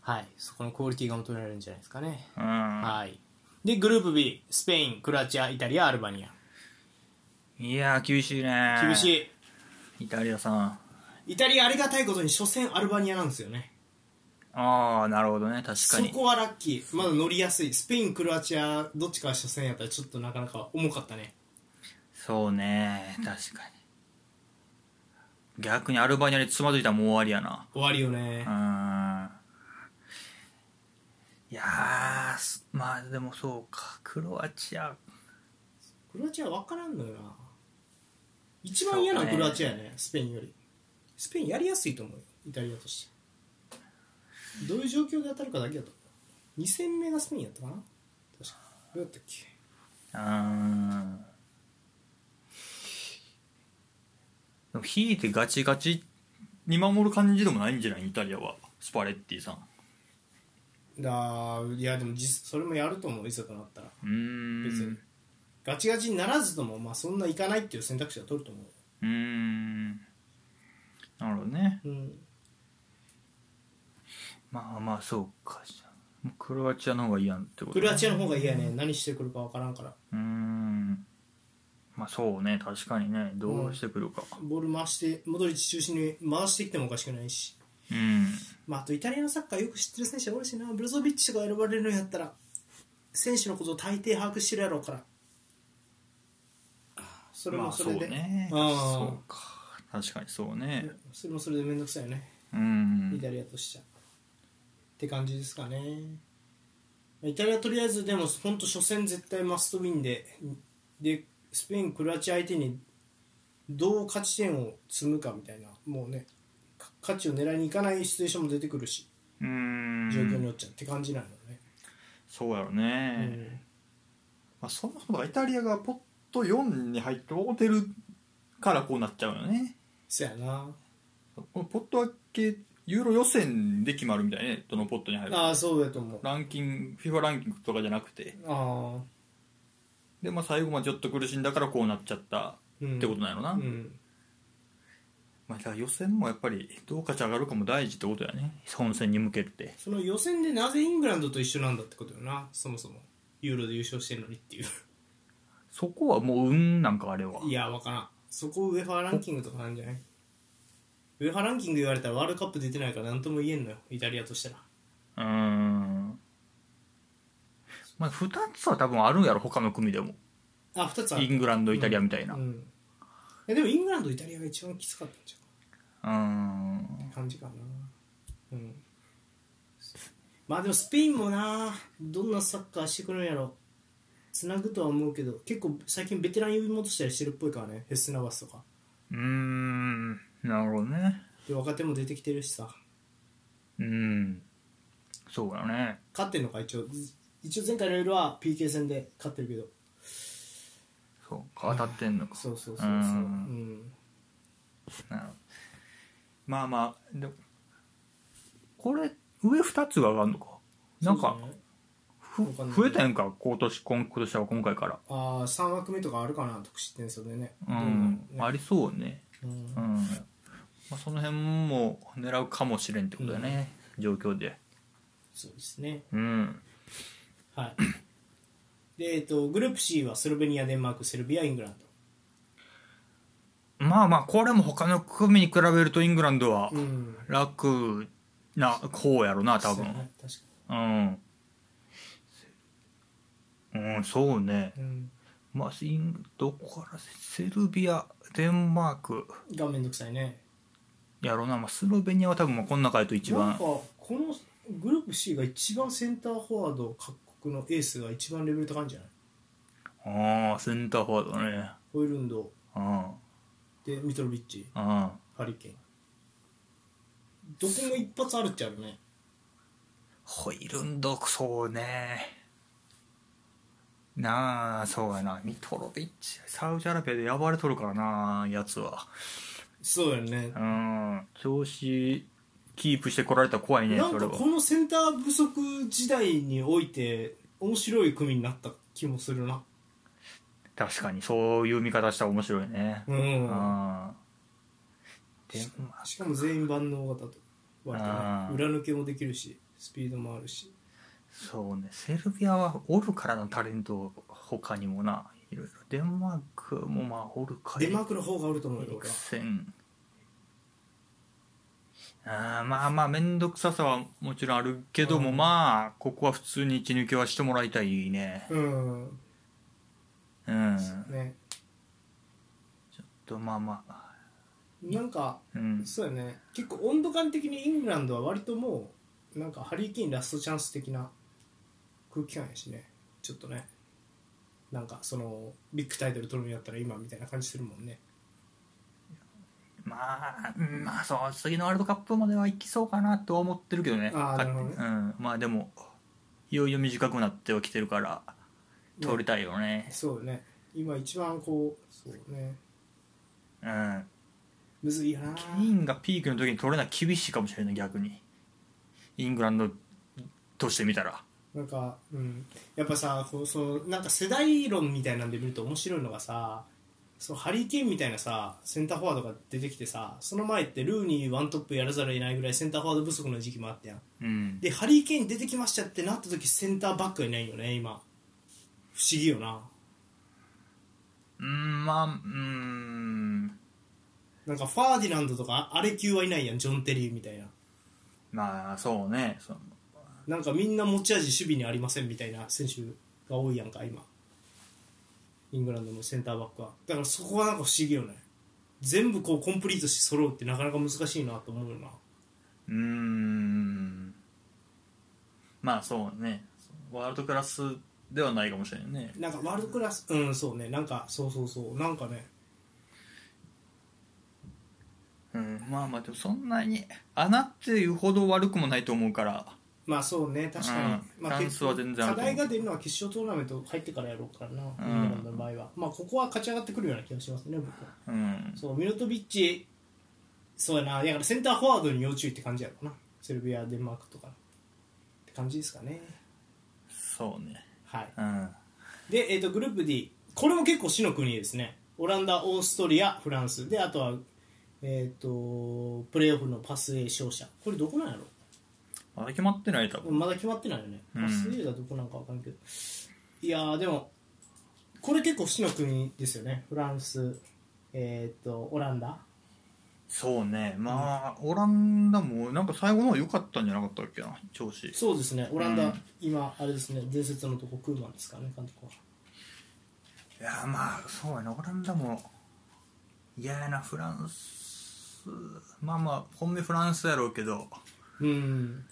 Speaker 1: はいそこのクオリティが求められるんじゃないですかね、
Speaker 2: うんは
Speaker 1: はいでグループ B スペインクロアチアイタリアアルバニア
Speaker 2: いやー厳しいね
Speaker 1: 厳し
Speaker 2: いイタリアさん
Speaker 1: いイタリアありがたいことに初戦アルバニアなんですよね
Speaker 2: ああなるほどね確か
Speaker 1: そ
Speaker 2: に
Speaker 1: こはラッキーまだ乗りやすいスペインクロアチアどっちかは初戦やったらちょっとなかなか重かったね
Speaker 2: そうね確かに逆にアルバニアにつまずいたらもう終わりやな
Speaker 1: 終わりよね
Speaker 2: うんいやーすまあでもそうかクロアチア
Speaker 1: クロアチア分からんのよな一番嫌なのはクロアチアやねスペインよりスペインやりやすいと思うよイタリアとしてどういう状況で当たるかだけだと2戦目がスペインやったかな確かどうやったっけ
Speaker 2: あーでも引いてガチガチ
Speaker 3: 見守る感じでもないんじゃないイタリアはスパレッティさん
Speaker 1: だーいやでも実それもやると思ういざとなったら
Speaker 3: うーん
Speaker 1: 別に、ガチガチにならずとも、まあ、そんないかないっていう選択肢は取ると思
Speaker 3: うーんなるほどね
Speaker 1: う、うん、
Speaker 2: まあまあそうかクロアチアの方がいいやんってこと
Speaker 1: クロアチアの方がいいやね何してくるか分からんから
Speaker 2: うーんまあそうね確かにねどうしてくるか
Speaker 1: ボール回してモドリッチ中心に回してきてもおかしくないし、
Speaker 2: うん
Speaker 1: まあ、あとイタリアのサッカーよく知ってる選手がおるしなブロゾビッチとか選ばれるのやったら選手のことを大抵把握してるやろうからそれ
Speaker 3: まあ
Speaker 1: もそ
Speaker 3: そう
Speaker 1: れで、
Speaker 3: ね
Speaker 1: あー
Speaker 3: そうか確かにそうね
Speaker 1: それもそれで面倒くさいよね
Speaker 3: う
Speaker 1: イ
Speaker 3: ん
Speaker 1: タリアとしてはって感じですかねイタリアとりあえずでも本当初戦絶対マストウィンででスペインクロアチア相手にどう勝ち点を積むかみたいなもうねか価値を狙いにいかないシチュエーションも出てくるし
Speaker 3: うーん
Speaker 1: 状況によっちゃって感じなのね、
Speaker 3: そうやろね、まあ、そんなことがイタリアがポット4に入って合うてるからこうなっちゃうよね
Speaker 1: そやな
Speaker 3: ポット分けユーロ予選で決まるみたいねどのポットに入る
Speaker 1: ああそうやと思うあ
Speaker 3: ランキング FIFA ランキングとかじゃなくて
Speaker 1: あ
Speaker 3: で、まあ、最後までちょっと苦しんだからこうなっちゃった
Speaker 1: ー、うん、
Speaker 3: ってことなんやろな、
Speaker 1: うん
Speaker 3: まあ、だから予選もやっぱりどう勝ち上がるかも大事ってことやね
Speaker 2: 本戦に向けて
Speaker 1: その予選でなぜイングランドと一緒なんだってことよなそもそもユーロで優勝してるのにっていう
Speaker 2: そこはもう運なんかあれはい
Speaker 1: や、わからん。そこウェファーランキングとかなんじゃないウェファーランキング言われたらワールドカップ出てないから何とも言えんのよ、イタリアとしたら。
Speaker 2: うーんまあ2つは多分あるんやろ他の組でも
Speaker 1: あ、二つある。
Speaker 2: イングランドイタリアみたいな
Speaker 1: う
Speaker 2: うん
Speaker 1: ん。えでもイングランド、イタリアが一番きつかったんじゃ
Speaker 2: ん
Speaker 1: ん。感じかな。うん。まあでもスペインもな、どんなサッカーしてくるんやろ。つなぐとは思うけど、結構最近ベテラン呼び戻したりしてるっぽいからね、ヘスナバスとか。
Speaker 2: うーんなるほどね
Speaker 1: で、若手も出てきてるしさ。
Speaker 2: うんそうだね
Speaker 1: 勝ってんのか、一応。一応前回の夜は PK 戦で勝ってるけど。
Speaker 2: そうか当たってんのか
Speaker 1: そうそうそうそう、う
Speaker 2: うん
Speaker 1: ん、
Speaker 2: なるほど
Speaker 3: まあまあで
Speaker 2: これ上2つが上がるのかなんかふ
Speaker 1: わかんない
Speaker 2: 増えたんか今年今今年は今回から
Speaker 1: ああ3枠目とかあるかな得失点差でね
Speaker 2: うん、
Speaker 1: どうな
Speaker 2: あ
Speaker 1: るね
Speaker 2: りそうね
Speaker 1: うん
Speaker 2: うん、まあ、その辺も狙うかもしれんってことだね、状況で
Speaker 1: そうですね
Speaker 2: うん
Speaker 1: はいで、えっと、グループ C はスロベニアデンマークセルビアイングラン
Speaker 2: まあまあこれも他の組に比べるとイングランドは
Speaker 1: ドうん
Speaker 2: 楽な方やろな多
Speaker 1: そう
Speaker 2: 分
Speaker 1: やな確か
Speaker 2: うんうん、そうね、
Speaker 1: に、うん、
Speaker 2: まあ、インどこからセルビアデンマーク
Speaker 1: がめんどくさいね
Speaker 2: やろうな、まあ、スロベニアは多分まあこの中でと一
Speaker 1: なん
Speaker 2: 番
Speaker 1: かこのグループ C が一番センターフォワード各国のエースが一番レベル高いんじゃない
Speaker 2: ああセンターフォワードね
Speaker 1: ホイルンド
Speaker 2: うん
Speaker 1: でミトロビッチ
Speaker 2: うん
Speaker 1: ハリケーンどこも一発あるっちゃあるね
Speaker 2: ホイルンドそうねなあそうやなミトロビッチサウジアラビアでやばれとるからなやつは
Speaker 1: そうやね
Speaker 2: うん調子キープしてこられたら怖いね
Speaker 1: な
Speaker 2: そ
Speaker 1: ん
Speaker 2: れ
Speaker 1: か
Speaker 2: は
Speaker 1: このセンター不足時代において面白い組になった気もするな
Speaker 2: 確かにそういう見方したら面白いね
Speaker 1: う
Speaker 2: うんんでも
Speaker 1: しかも全員万能型と割とね
Speaker 2: あー
Speaker 1: 裏抜けもできるしスピードもあるし
Speaker 2: そうねセルビアはおるからのタレント他にもないろいろデンマークもまあおるから
Speaker 1: デンマークの方があると思うよ
Speaker 2: エ
Speaker 1: 俺
Speaker 2: ク
Speaker 1: は
Speaker 2: センあーまあまあ面倒くささはもちろんあるけども、
Speaker 1: うん
Speaker 2: まあここは普通に一抜けはしてもらいたいね
Speaker 1: うん
Speaker 2: うん
Speaker 1: ね
Speaker 2: とまあまあ
Speaker 1: なんか
Speaker 2: うん
Speaker 1: そうやね結構温度感的にイングランドは割ともうなんかハリー・ケインラストチャンス的な空気感やしねちょっとねなんかそのビッグタイトル取るんやったら今みたいな感じするもんね
Speaker 2: まあ、うんまあそう次のワールドカップまでは行きそうかなとは思ってるけどね
Speaker 1: あーなるほどね
Speaker 2: うん、まあでもいよいよ短くなってはきてるから通りたいよね
Speaker 1: そうね今一番こうそうね
Speaker 2: うん
Speaker 1: むずいよな
Speaker 2: ケインがピークの時に取れない厳しいかもしれない逆にイングランドとしてみたら
Speaker 1: なんか、うん、やっぱさこうそのなんか世代論みたいなんで見ると面白いのがさそのハリー・ケインみたいなさセンターフォワードが出てきてさその前ってルーニーワントップやらざるを得ないぐらいセンターフォワード不足の時期もあったやん
Speaker 2: うん
Speaker 1: でハリー・ケイン出てきましたってなった時センターバックがいないよね今不思議よな
Speaker 2: うんまあうん
Speaker 1: なんかファーディナンドとかあれ級はいないやんジョン・テリーみたいな
Speaker 2: まあそうねその
Speaker 1: なんかみんな持ち味守備にありませんみたいな選手が多いやんか今イングランドのセンターバックはだからそこはなんか不思議よね全部こうコンプリートして揃うってなかなか難しいなと思うよな
Speaker 2: うーんまあそうねワールドクラスではないかもしれないね
Speaker 1: なんかワールドクラスうんそうねなんかそうそうそうなんかね
Speaker 2: うんまあまあでもそんなに穴っていうほど悪くもないと思うから
Speaker 1: まあそうね確かに、
Speaker 2: うん
Speaker 1: まあ、
Speaker 2: チャンスは全然
Speaker 1: 課
Speaker 2: あると思
Speaker 1: 題
Speaker 2: う
Speaker 1: が出るのは決勝トーナメント入ってからやろうからな、
Speaker 2: ん
Speaker 1: イングランドの場合はまあここは勝ち上がってくるような気がしますね僕は
Speaker 2: うん
Speaker 1: そうミロトビッチそうやなだからセンターフォワードに要注意って感じやろうなセルビアデンマークとかって感じですかね
Speaker 2: そうね
Speaker 1: はい
Speaker 2: うん
Speaker 1: で、えー、とグループ D これも結構死の国ですねオランダオーストリアフランスであとはえっ、とプレーオフのパス A 勝者これどこなんやろ
Speaker 2: まだ決まってない多分
Speaker 1: まだ決まってないよね、
Speaker 2: うん
Speaker 1: パス A がどこなんかわかんないけどいやーでもこれ結構死の国ですよねフランスえっ、とオランダ
Speaker 2: そうねまあ、オランダもなんか最後の方良かったんじゃなかったっけな調子
Speaker 1: そうですね、オランダ、
Speaker 2: うん
Speaker 1: 今、あれですね、伝説のとこ、クーマンですからね、監督は。
Speaker 2: いやまあそうやなオランダも嫌やなフランスまあまあ本命フランスやろうけど
Speaker 1: うん、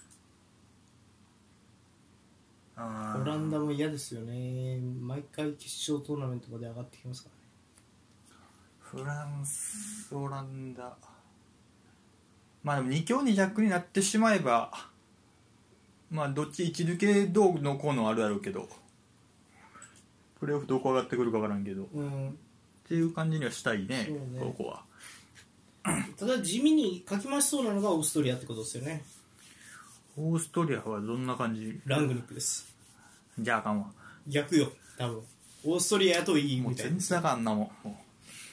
Speaker 2: オ
Speaker 1: オラ
Speaker 2: ラ
Speaker 1: ンダも嫌ですよね、毎回決勝トーナメントまで上がってきますからね。
Speaker 2: フランスオランダまあでも2強2弱になってしまえばまあどっち位置抜けどうのこうのはあるだろうけどプレーオフどこ上がってくるか分からんけどっ
Speaker 1: うん、
Speaker 2: ていう感じにはしたいね
Speaker 1: そうね
Speaker 2: ここは
Speaker 1: ただ、地味にかき回しそうなのがオーストリアってことですよね、
Speaker 2: オーストリアはどんな感じ
Speaker 1: ラングニックです。
Speaker 2: じゃああかんわ
Speaker 1: 逆よ、多分オーストリアといい
Speaker 2: もう
Speaker 1: みたい
Speaker 2: 全
Speaker 1: な
Speaker 2: 然あかんなもん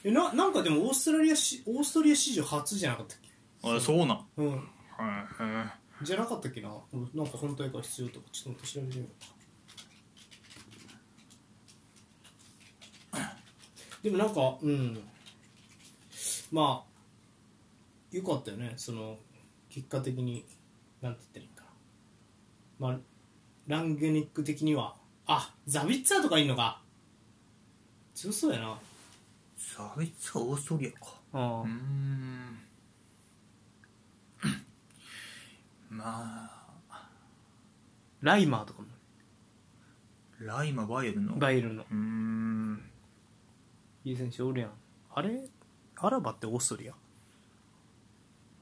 Speaker 1: えな。なんかでもオーストラリアし、オーストリア史上初じゃなかったっけ
Speaker 2: あそうなん
Speaker 1: うん、
Speaker 2: はいはい
Speaker 1: じゃなかったっけな、うんなんか本大会必要とか、ちょっと調べてみよう *coughs* か。でもなんか、うん、まあ、よかったよね、その、結果的に、なんて言ったらいいかな。まあ、ランゲニック的には、あザビッツァーとかいいのか。強そうやな。
Speaker 2: サビッツァオーストリアか
Speaker 1: あ
Speaker 2: うーんまあ
Speaker 1: ライマーとかも、
Speaker 2: ライマバイエルンのう
Speaker 1: イエルンの、
Speaker 2: ーん
Speaker 1: いい選手おるやん。あれアラバってオーストリア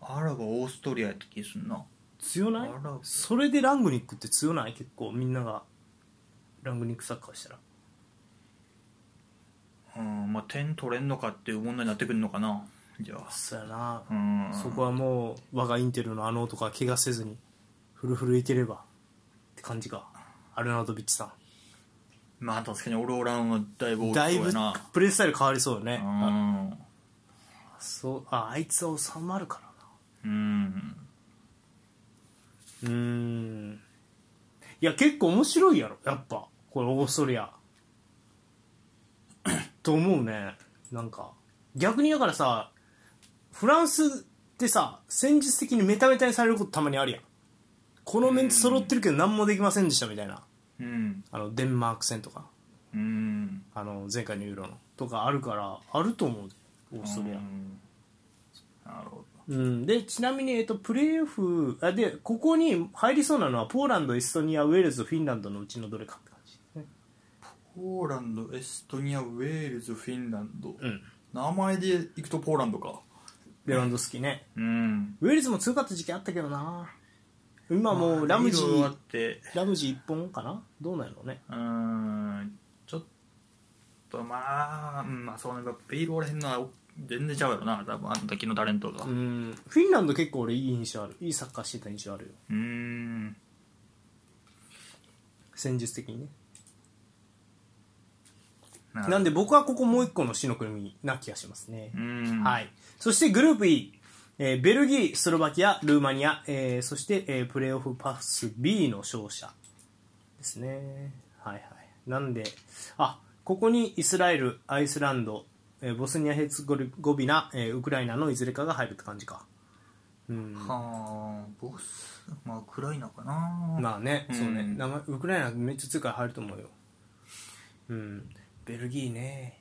Speaker 2: アラバオーストリアやった気すんな
Speaker 1: 強ない
Speaker 2: アラブ
Speaker 1: それでラングニックって強ない結構みんながラングニックサッカーしたら
Speaker 2: うんまあ点取れんのかっていう問題になってくるのかなじゃあ
Speaker 1: そうやな
Speaker 2: う、ん
Speaker 1: そこはもう我がインテルのあの男は怪我せずにフルフルいければって感じかアルナドビッチさ
Speaker 2: まあ確かにオロオランはだいぶ
Speaker 1: ん
Speaker 2: 大
Speaker 1: だい
Speaker 2: きそう
Speaker 1: ぶ
Speaker 2: やな
Speaker 1: プレースタイル変わりそうよ
Speaker 2: う
Speaker 1: ねあ
Speaker 2: ん
Speaker 1: そうああいつは収まるから
Speaker 2: うん
Speaker 1: なうーんいや結構面白いやろやっぱこれオーストリア *coughs* と思うねなんか逆にだからさフランスってさ戦術的にメタメタにされることたまにあるやんこのメンツ揃ってるけど何もできませんでしたみたいな
Speaker 2: うん
Speaker 1: あのデンマーク戦とか
Speaker 2: うん
Speaker 1: あの前回のユーロのとかあるからあると思うオーストリア
Speaker 2: うんなるほど
Speaker 1: うん、でちなみに、えっと、プレーオフあでここに入りそうなのはポーランドエストニアウェールズフィンランドのうちのどれかって感じですね
Speaker 2: ポーランドエストニアウェールズフィンランド、
Speaker 1: うん
Speaker 2: 名前で行くとポーランドか
Speaker 1: レバンドフスキね
Speaker 2: うん
Speaker 1: ウェールズも強かった時期あったけどな今もうラムジ
Speaker 2: いろいろあ
Speaker 1: ー
Speaker 2: って
Speaker 1: ラムジー1本かなどうなんやろうね
Speaker 2: うんちょっとまあ、うん、まあそうなんかベイローらへんのは全然ちゃうよな多分あの時のタレントが
Speaker 1: うんフィンランド結構俺いい印象あるいいサッカーしてた印象あるよ
Speaker 2: うん
Speaker 1: 戦術的にね
Speaker 2: な
Speaker 1: なんで僕はここもう一個の死の組な気がしますね
Speaker 2: うん
Speaker 1: はい。そしてグループ E、えーベルギー、スロバキア、ルーマニア、えーそして、えープレーオフパス B の勝者ですね。はいはい。なんで、あ、ここにイスラエル、アイスランド、えーボスニア・ヘルツゴビナ、えーウクライナのいずれかが入るって感じか。うん。
Speaker 2: はあボスまあウクライナかな
Speaker 1: まあね、
Speaker 2: うん
Speaker 1: そうね。名前ウクライナめっちゃ強いから入ると思うよ。うん。ベルギーね。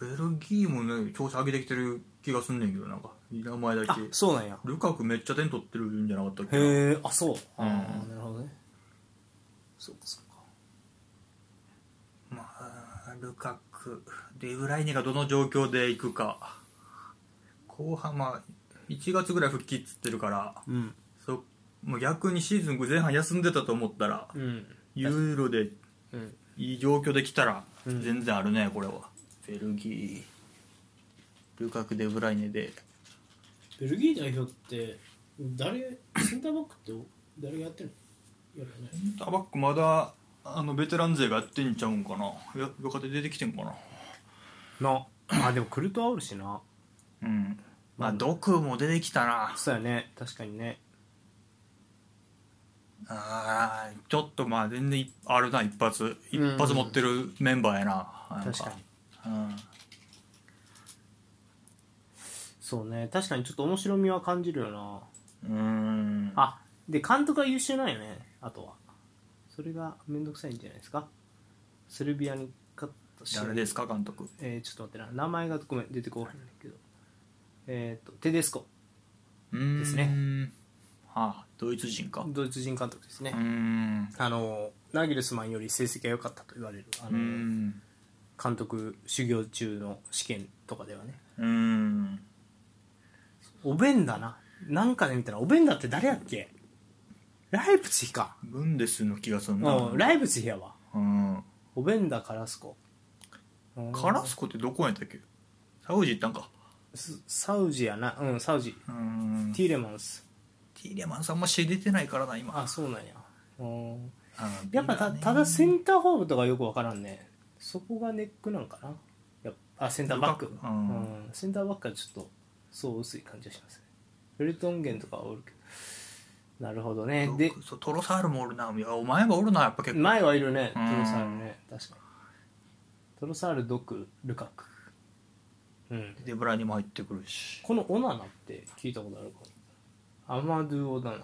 Speaker 2: ベルギーもね調子上げてきてる気がすんねんけどなんか名前だ
Speaker 1: あ
Speaker 2: け、
Speaker 1: そうなんや。
Speaker 2: ルカクめっちゃ点取ってるんじゃなかったっけ
Speaker 1: へえあそう、
Speaker 2: ん
Speaker 1: ああなるほどねそうかそうか
Speaker 2: まあルカクでウライネがどの状況でいくか後半まあ1月ぐらい復帰っつってるから
Speaker 1: うん
Speaker 2: そもう逆にシーズン前半休んでたと思ったら
Speaker 1: うん
Speaker 2: ユーロで
Speaker 1: うん
Speaker 2: いい状況できたら
Speaker 1: ん
Speaker 2: 全然あるね、これはベルギールカクでウライネで
Speaker 4: ベルギー代表って誰センターバックって誰がやってるのやるよね
Speaker 2: タバックまだあのベテラン勢がやってんちゃうんかなや若手出てきてんかな
Speaker 1: なあでもクルトワおるしな
Speaker 2: うんまあドクも出てきたな
Speaker 1: そうやね確かにね
Speaker 2: あーちょっとまあ全然いあるな一発一発持ってるメンバーやな,、なん、
Speaker 1: 確かに
Speaker 2: に、うん、
Speaker 1: そうね確かにちょっと面白みは感じるよな
Speaker 2: うーん
Speaker 1: あで監督が優秀なんよねあとはそれがめんどくさいんじゃないですかセルビアに勝った試合
Speaker 2: 誰ですか監督
Speaker 1: えーちょっと待ってな名前がごめん出てこないんだけどえっ、とテデスコ
Speaker 2: で
Speaker 1: ですね
Speaker 2: はあドイツ人か
Speaker 1: ドイツ人監督ですね、
Speaker 2: うーん
Speaker 1: あのナギルスマンより成績が良かったと言われるあ
Speaker 2: うー
Speaker 1: の、
Speaker 2: ん
Speaker 1: 監督修行中の試験とかではね
Speaker 2: うーん
Speaker 1: おべんだななんかで見たらおべんだって誰やっけライプツヒか、
Speaker 2: ブンデスの気がするな
Speaker 1: うん、ライプツヒやわ
Speaker 2: うん
Speaker 1: おべんだカラスコうん
Speaker 2: カラスコってどこやったっけサウジ行ったんか
Speaker 1: スサウジやなうんサウジ
Speaker 2: うーん
Speaker 1: ティーレマンス
Speaker 2: ティーレマンさんも知れてないからな今
Speaker 1: あそうなんやうん
Speaker 2: あの
Speaker 1: やっぱたただセンターフォワードとかよくわからんねそこがネックなんかなやっぱあセンターバック
Speaker 2: ルカクうん
Speaker 1: うんセンターバックはちょっとそう薄い感じがしますねフェルトンゲンとかはおるけどなるほどねで
Speaker 2: そうトロサールもおるないやお前がおるなやっぱ結構
Speaker 1: 前はいるねト
Speaker 2: うん
Speaker 1: ロサールね確かにトロサールドクルカクうん
Speaker 2: デブライネも入ってくるし
Speaker 1: このオナナって聞いたことあるかアマドゥ・オナナ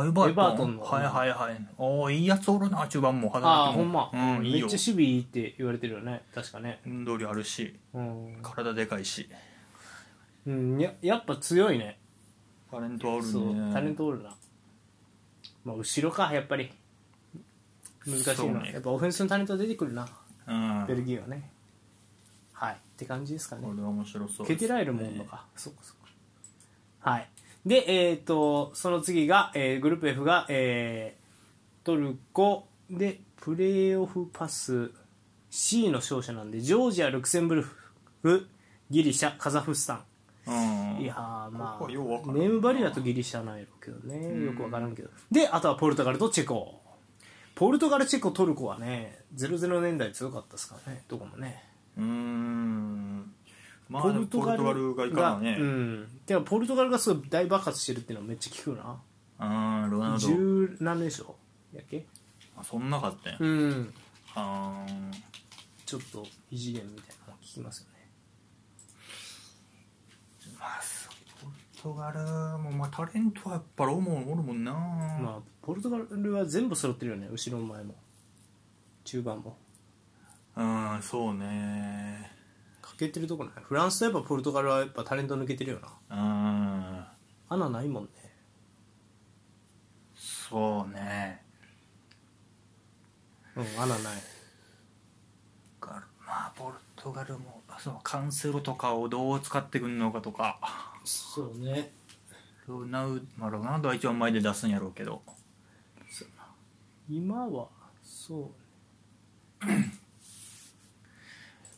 Speaker 2: あエバ
Speaker 1: エバートンの
Speaker 2: はいはいはいおーいいやつおるな中盤も
Speaker 1: ああ
Speaker 2: 働き
Speaker 1: ほ
Speaker 2: も
Speaker 1: んま、
Speaker 2: うん、
Speaker 1: め
Speaker 2: い
Speaker 1: っちゃ
Speaker 2: いよ
Speaker 1: 守備いいって言われてるよね確かね
Speaker 2: 運動量あるし
Speaker 1: うん、
Speaker 2: 体でかいし
Speaker 1: うん、ややっぱ強いね
Speaker 2: タレントはおるね
Speaker 1: そうタレントおるな、まあ、後ろかやっぱり難し
Speaker 2: そ
Speaker 1: いうな、
Speaker 2: ね
Speaker 1: やっぱオフェンスのタレント出てくるな
Speaker 2: うん
Speaker 1: ベルギーはねはいって感じですかね
Speaker 2: これは面白そう
Speaker 1: ケテラエルもおんのか、そうかそうかはいでえっ、とその次が、えーグループ F が、えートルコでプレーオフパス C の勝者なんでジョージアルクセンブルクギリシャカザフスタン
Speaker 2: うん
Speaker 1: いやーまあ
Speaker 2: ここは
Speaker 1: ネ
Speaker 2: ようわからん
Speaker 1: ームバリューだとギリシャなんやろうけどねよくわからんけどであとはポルトガルとチェコポルトガルチェコトルコはね00年代強かったですからねどこもね
Speaker 2: うーんまあでもポルトガルがいかなね
Speaker 1: う
Speaker 2: うん
Speaker 1: んでもポルトガルがすごい大爆発してるっていうのはめっちゃ聞くな
Speaker 2: ロナウド
Speaker 1: 十何年でしょやっけ
Speaker 2: あそんなかったんや
Speaker 1: うん
Speaker 2: あー
Speaker 1: ちょっと異次元みたいなの聞きますよね
Speaker 2: まあそうポルトガルもまあタレントはやっぱりおもんおるもんな
Speaker 1: まあポルトガルは全部揃ってるよね後ろも前も中盤も
Speaker 2: うんそうね
Speaker 1: 欠けてるとこないフランスとやっぱポルトガルはやっぱタレント抜けてるよな
Speaker 2: うん
Speaker 1: 穴ないもんね
Speaker 2: そうね
Speaker 1: うん穴ない
Speaker 2: ポルトガルまあポルトガルもそのカンセロとかをどう使ってくんのかとか
Speaker 1: そうね
Speaker 2: ロナウ、まあ、ロナウドは一番前で出すんやろうけど
Speaker 1: 今はそう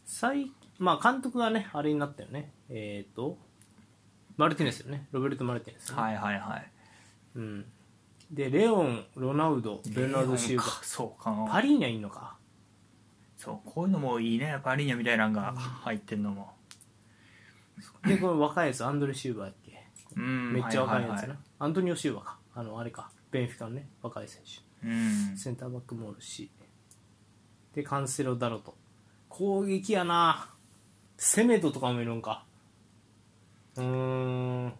Speaker 1: 最まあ監督がねあれになったよねえっ、とマルティネスよねロベルト・マルティネスね、
Speaker 2: はいはいはい
Speaker 1: うん、でレオンロナウドベルナルド・シウバ
Speaker 2: かそうか
Speaker 1: パリーニャいんのか
Speaker 2: そうこういうのもいいねパリーニャみたいなのが入ってんのも
Speaker 1: でこの若いやつアンドレ・シウバーやっけ
Speaker 2: うん
Speaker 1: めっちゃ若いやつな、
Speaker 2: ははは
Speaker 1: アントニオ・シウバーかあのあれかベンフィカのね若い選手
Speaker 2: うん
Speaker 1: センターバックもおるしでカンセロ・ダロト攻撃やなセメドとかもいるんかうーん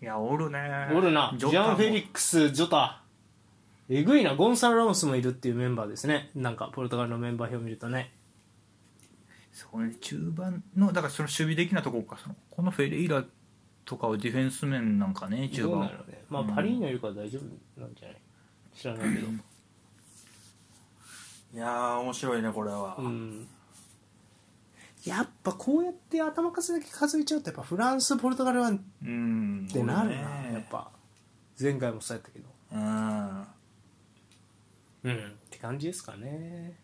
Speaker 2: いやおるね
Speaker 1: おるなジ
Speaker 2: ョタも
Speaker 1: ャン・フェリックス・ジョタえぐいなゴンサロ・ラモスもいるっていうメンバーですねなんかポルトガルのメンバー表を見るとね
Speaker 2: そうね中盤のだからその守備的なところかそのこのフェレイラとかはディフェンス面なんかね中
Speaker 1: どうな
Speaker 2: 盤
Speaker 1: のねまあ、
Speaker 2: うん
Speaker 1: パリーニャいるから大丈夫なんじゃない知らないけど
Speaker 2: いやー面白いねこれは
Speaker 1: うん
Speaker 5: やっぱこうやって頭数だけ数えちゃうとやっぱフランスポルトガルはっ
Speaker 2: うん
Speaker 5: てなるな、
Speaker 2: ね
Speaker 5: やっぱ前回もそうやったけど
Speaker 2: うん
Speaker 1: うんって感じですかね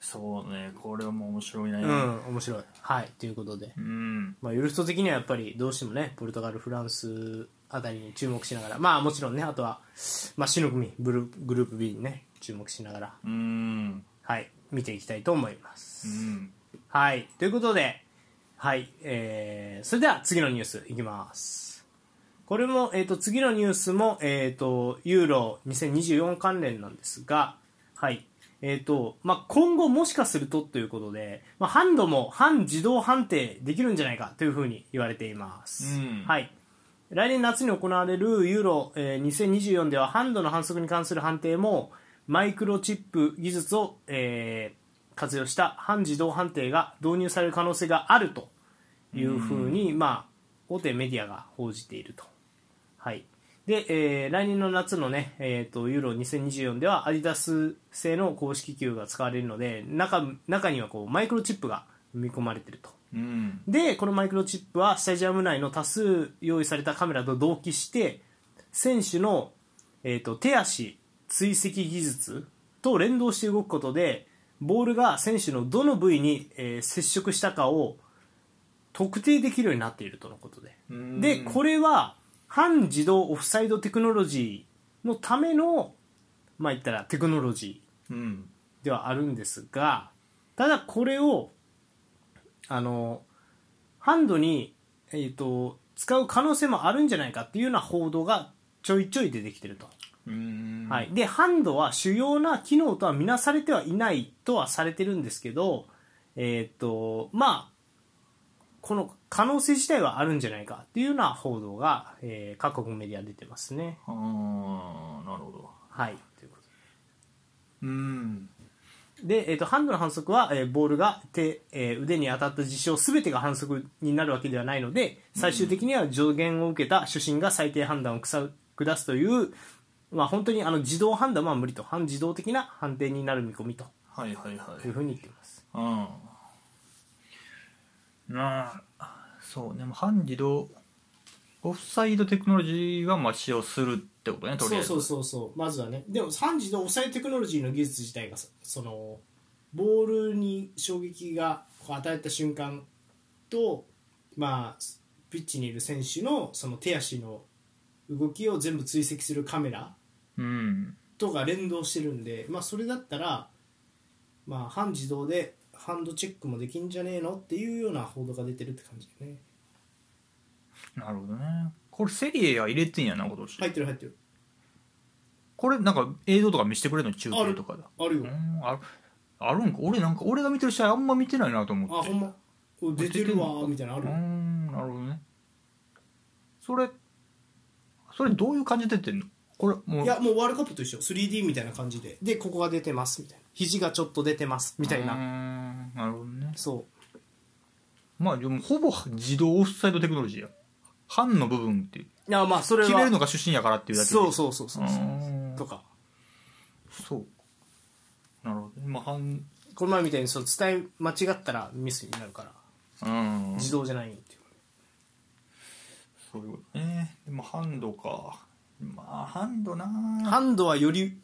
Speaker 2: そうねこれも面白いね
Speaker 5: うん面白い
Speaker 1: はいということで、
Speaker 2: うん
Speaker 1: まあ、ユルフト的にはやっぱりどうしてもねポルトガルフランスあたりに注目しながらまあもちろんねあとは、まあ、死の組グルグループ B にね注目しながら
Speaker 2: うん
Speaker 1: はい見ていきたいと思います
Speaker 2: うん
Speaker 1: はい。ということで、はい。えー、それでは次のニュースいきます。これも、えっ、と、次のニュースも、えっ、と、ユーロ2024関連なんですが、はい。えっ、と、まあ、今後もしかするとということで、まあ、ハンドも半自動判定できるんじゃないかというふうに言われています。
Speaker 2: うん
Speaker 1: はい。来年夏に行われるユーロ、えー2024ではハンドの反則に関する判定もマイクロチップ技術を、えー活用した半自動判定が導入される可能性があるというふうに、まあ、大手メディアが報じていると。はいでえー来年の夏の、ねえー、とユーロ2024ではアディダス製の公式球が使われるので中中にはこうマイクロチップが埋め込まれていると
Speaker 2: うん
Speaker 1: でこのマイクロチップはスタジアム内の多数用意されたカメラと同期して選手の、えー、と手足追跡技術と連動して動くことでボールが選手のどの部位に、えー接触したかを特定できるようになっているとのことで
Speaker 2: うん
Speaker 1: でこれは半自動オフサイドテクノロジーのためのまあ言ったらテクノロジー
Speaker 2: うん
Speaker 1: ではあるんですがただこれをあのハンドに、えー、と使う可能性もあるんじゃないかっていうような報道がちょいちょい出てきてると、
Speaker 2: うん
Speaker 1: はい、でハンドは主要な機能とは見なされてはいないとはされてるんですけど、えーとまあ、この可能性自体はあるんじゃないかっていうような報道が、えー各国メディア出てますね。
Speaker 2: あーなるほど
Speaker 1: はい、ということで
Speaker 2: うん
Speaker 1: で、えー、とハンドの反則は、えーボールが手、えー腕に当たった事象全てが反則になるわけではないので最終的には上限を受けた主審が最低判断をくさ下すという、まあ、本当にあの自動判断は無理と半自動的な判定になる見込みと
Speaker 2: はいはいはい
Speaker 1: いうふうに言っています。
Speaker 2: うんまあそうねもう半自動オフサイドテクノロジーはまあ使用するってことねと
Speaker 1: そ
Speaker 2: りあえ
Speaker 1: う
Speaker 2: ず
Speaker 1: そうそうそうまずはねでも3時の抑えテクノロジーの技術自体がそそのボールに衝撃がこう与えた瞬間とまあピッチにいる選手のその手足の動きを全部追跡するカメラ
Speaker 2: うん
Speaker 1: とが連動してるんで、まあ、それだったら、まあ、半自動でハンドチェックもできんじゃねえのっていうような報道が出てるって感じだよね
Speaker 2: なるほどねこれセリエは入れてんやな今年、
Speaker 1: 入ってる入ってる
Speaker 2: これなんか映像とか見せてくれるの中継とかだ
Speaker 1: ある
Speaker 2: う
Speaker 1: よ
Speaker 2: んあるあるんか俺なんか俺が見てる試合あんま見てないなと思
Speaker 1: あ
Speaker 2: って
Speaker 1: ほんまお出てるわーみたいなのあ
Speaker 2: う
Speaker 1: るよ
Speaker 2: んなるほどねそれそれどういう感じで出てんのこれもう
Speaker 1: いやもうワールドカップと一緒 3D みたいな感じででここが出てますみたいな肘がちょっと出てますみたいうな、
Speaker 2: んなるほどね
Speaker 1: そ
Speaker 2: まあでもほぼ自動オフサイドテクノロジーや半の部分っていう
Speaker 1: ういやまあそれは
Speaker 2: 決めるのが出身やからっていうだけで
Speaker 1: そうそうそうそうそう
Speaker 2: ーん
Speaker 1: とか
Speaker 2: そうなるほどねまあ半
Speaker 1: この前みたいにその伝え間違ったらミスになるから
Speaker 2: うん
Speaker 6: 自動じゃないっていう
Speaker 2: そういうことねでもハンドかまあハンドな
Speaker 1: ハ
Speaker 2: ハ
Speaker 1: ンドはより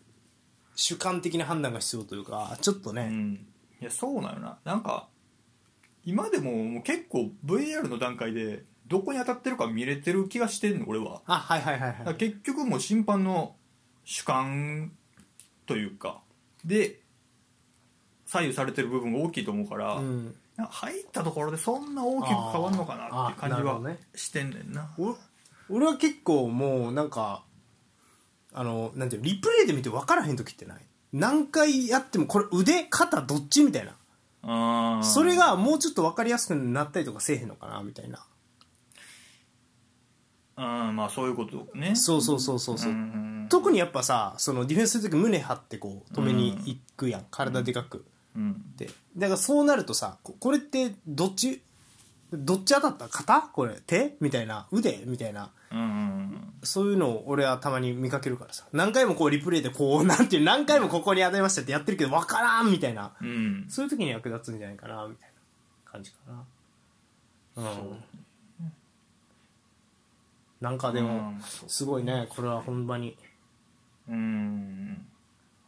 Speaker 1: 主観的な判断が必要というかちょっと
Speaker 2: う
Speaker 1: ね、
Speaker 2: んいやそうなのななんか今でももう結構 VR の段階でどこに当たってるか見れてる気がしてんの俺は
Speaker 1: あはいはいはい
Speaker 2: だか
Speaker 1: は
Speaker 2: ら
Speaker 1: い
Speaker 2: 結局もう審判の主観というかで左右されてる部分が大きいと思うから、
Speaker 1: うん
Speaker 2: なんか入ったところでそんな大きく変わんのかなって感
Speaker 1: あーあーな
Speaker 2: じ
Speaker 1: るほど
Speaker 2: は
Speaker 1: ね
Speaker 2: してんねんな
Speaker 1: お俺は結構もうなんかあのなんていうのリプレイで見て分からへん時ってない何回やってもこれ腕肩どっちみたいな
Speaker 2: あー
Speaker 1: それがもうちょっと分かりやすくなったりとかせえへんのかなみたいな
Speaker 2: うんまあそういうことね
Speaker 1: そうそうそうそうそう、
Speaker 2: ん
Speaker 1: 特にやっぱさそのディフェンスする時胸張ってこう止めに行くやん、体でかく
Speaker 2: うん
Speaker 1: ってだからそうなるとさここれってどっちどっち当たった肩これ手みたいな腕みたいな
Speaker 2: うんうん
Speaker 1: そういうのを俺はたまに見かけるからさ何回もこうリプレイでこうなんていう何回もここに当たりましたってやってるけど分からんみたいな
Speaker 2: うん
Speaker 1: そういう時に役立つんじゃないかなみたいな感じかなうんなんかで
Speaker 2: う
Speaker 1: も
Speaker 2: んそう
Speaker 1: すごいねこれはほんまに
Speaker 2: うん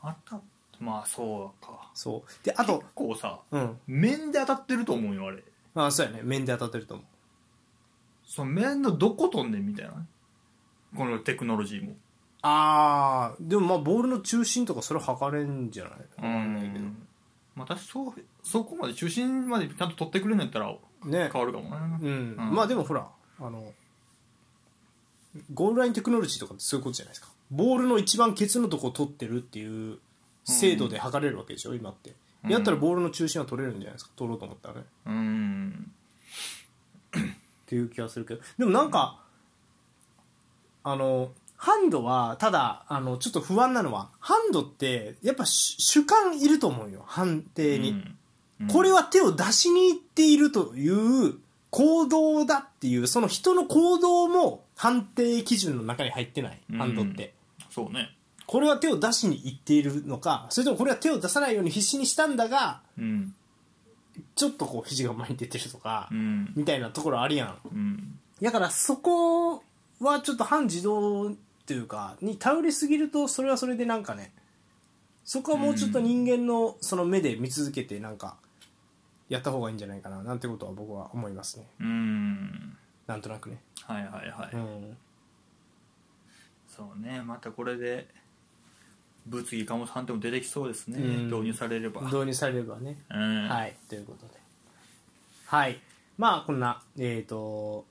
Speaker 2: 当たっまあそうか
Speaker 1: そうであと
Speaker 2: 結構さ
Speaker 1: うん
Speaker 2: 面で当たってると思うよあれ
Speaker 1: あそうやね面で当たってると思う
Speaker 2: その面のどこ飛んでんみたいなねこのテクノロジーも
Speaker 1: ああでもまあボールの中心とかそれ測れんじゃないわかんないけど
Speaker 2: まあ、私そうそこまで中心までちゃんと取ってくれるんやったら
Speaker 1: ね
Speaker 2: 変わるかもな
Speaker 1: うん、
Speaker 2: うん
Speaker 1: まあでもほらあのゴールラインテクノロジーとかってそういうことじゃないですかボールの一番ケツのとこを取ってるっていう精度で測れるわけでしょ今って
Speaker 2: ん
Speaker 1: やったらボールの中心は取れるんじゃないですか取ろうと思ったらねっ
Speaker 2: うん
Speaker 1: ていう気がするけどでもなんかあのハンドはただあのちょっと不安なのはハンドってやっぱ主主観いると思うよ判定に、
Speaker 2: うん
Speaker 1: これは手を出しに行っているという行動だっていうその人の行動も判定基準の中に入ってない
Speaker 2: うん
Speaker 1: ハンドって
Speaker 2: そうね
Speaker 1: これは手を出しに行っているのかそれともこれは手を出さないように必死にしたんだが
Speaker 2: うん
Speaker 1: ちょっとこう肘が前に出てるとか
Speaker 2: うん
Speaker 1: みたいなところあるやん
Speaker 2: うん
Speaker 1: だからそこはちょっと半自動っていうかに頼りすぎるとそれはそれでなんかねそこはもうちょっと人間のその目で見続けてなんかやった方がいいんじゃないかななんてことは僕は思いますね
Speaker 2: うん
Speaker 1: なんとなくね
Speaker 2: はいはいはい、
Speaker 1: うん
Speaker 2: そうねまたこれで物議かも3点も出てきそうですね、
Speaker 1: うん
Speaker 2: 導入されれば
Speaker 1: 導入されればね
Speaker 2: うん
Speaker 1: はいということではいまあこんなえっ、と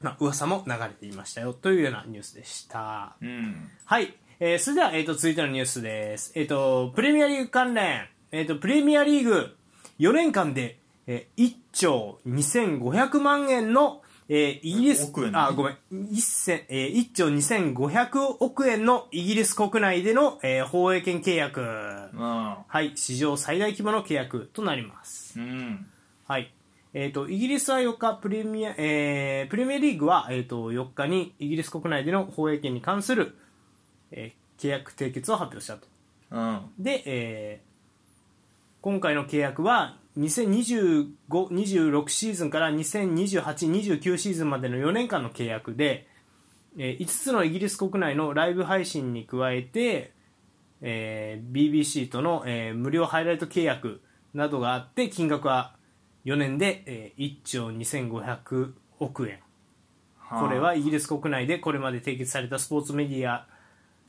Speaker 1: まあ噂も流れていましたよというようなニュースでした
Speaker 2: うん
Speaker 1: はい。えーそれでは、えっ、と、続いてのニュースです。えっ、と、プレミアリーグ関連。えっ、と、プレミアリーグ4年間で、えー1兆2500万円の、えーイギリス、
Speaker 2: 億円ね
Speaker 1: あ、ごめん。1千、えー1兆2500億円のイギリス国内での、えー放映権契約。
Speaker 2: まあ
Speaker 1: はい。史上最大規模の契約となります。
Speaker 2: うん
Speaker 1: はい。えっ、と、イギリスは4日、プレミア、えー、プレミアリーグは、えっ、と、4日にイギリス国内での放映権に関する、えー契約締結を発表したと。
Speaker 2: うん
Speaker 1: で、えー今回の契約は、2025-26シーズンから2028-29シーズンまでの4年間の契約で、えー5つのイギリス国内のライブ配信に加えて、えー BBC との、えー無料ハイライト契約などがあって金額は4年で、えー1兆2500億円これはイギリス国内でこれまで締結されたスポーツメディア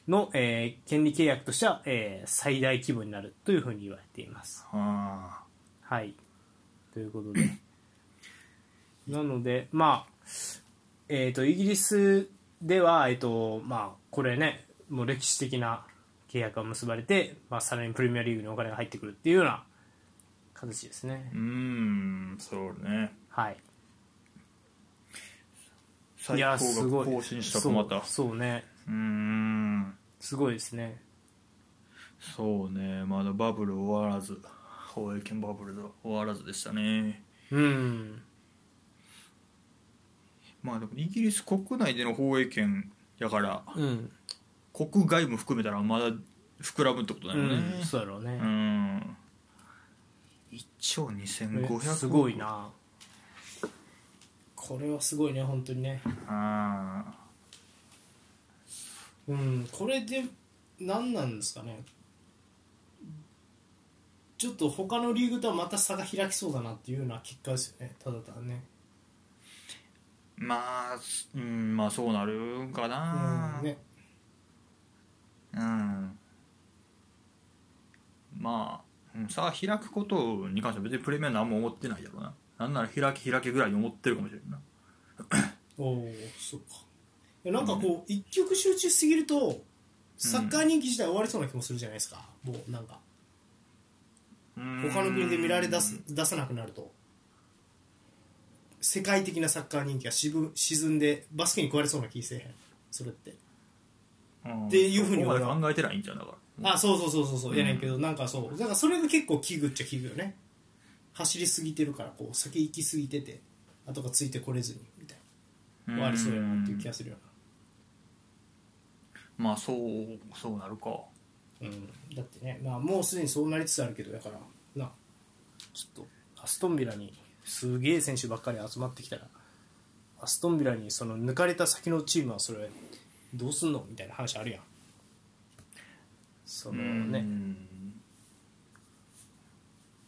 Speaker 1: の、えー権利契約としては、えー最大規模になるというふうに言われています。
Speaker 2: あ
Speaker 1: はい、ということでなので、まあえー、とイギリスでは、えーとまあ、これねもう歴史的な契約が結ばれて、まあ、さらにプレミアリーグにお金が入ってくるっていうような形ですね
Speaker 2: う。んそうね
Speaker 1: はい、
Speaker 2: 最
Speaker 1: い
Speaker 2: 高
Speaker 1: やすご
Speaker 2: 額
Speaker 1: い
Speaker 2: 更新したとまた
Speaker 1: そうそうね
Speaker 2: うん
Speaker 1: すごいですね。
Speaker 2: そうねまだバブル終わらず放映権バブル終わらずでしたね
Speaker 1: うん
Speaker 2: まあでもイギリス国内での放映権やから
Speaker 1: うん、
Speaker 2: 国外も含めたらまだ膨らむってことだよね
Speaker 1: そうやろうね
Speaker 2: う、ん1兆
Speaker 1: え
Speaker 2: 2500
Speaker 1: すごいなこれはすごいね本当にね
Speaker 2: ああ
Speaker 1: うんこれで何なんですかねちょっと他のリーグとはまた差が開きそうだなっていうような結果ですよねただただね、
Speaker 2: まあすうんまあそうなるんかな
Speaker 1: うんね
Speaker 2: うんまあうんさあ開くことに関しては別にプレミア何も思ってないやろうななんなら開け開けぐらいに思ってるかもしれんな
Speaker 1: おおそうかいやなんかこう、一極集中しすぎるとサッカー人気自体終わりそうな気もするじゃないですか、もうなんか
Speaker 2: うん
Speaker 1: 他の国で見られ出す出さなくなると世界的なサッカー人気が沈沈んでバスケに食われそうな気せえへんそれって
Speaker 2: うん
Speaker 1: っていうふうに
Speaker 2: そこま
Speaker 1: 俺
Speaker 2: で
Speaker 1: は
Speaker 2: 考えてないんじゃんだから
Speaker 1: あそうそうそうそうそうやねんけど、なんかそうだからそれが結構危惧っちゃ危惧よね走りすぎてるからこう先行きすぎてて後がついてこれずにみたいな終わりそうやなっていう気がするよ
Speaker 2: まあそうそうなるか
Speaker 1: な、うん、だってね、まあ、もうすでにそうなりつつあるけどだからなちょっとアストンビラにすげえ選手ばっかり集まってきたらアストンビラにその抜かれた先のチームはそれどうすんのみたいな話あるやんそのね、
Speaker 2: うん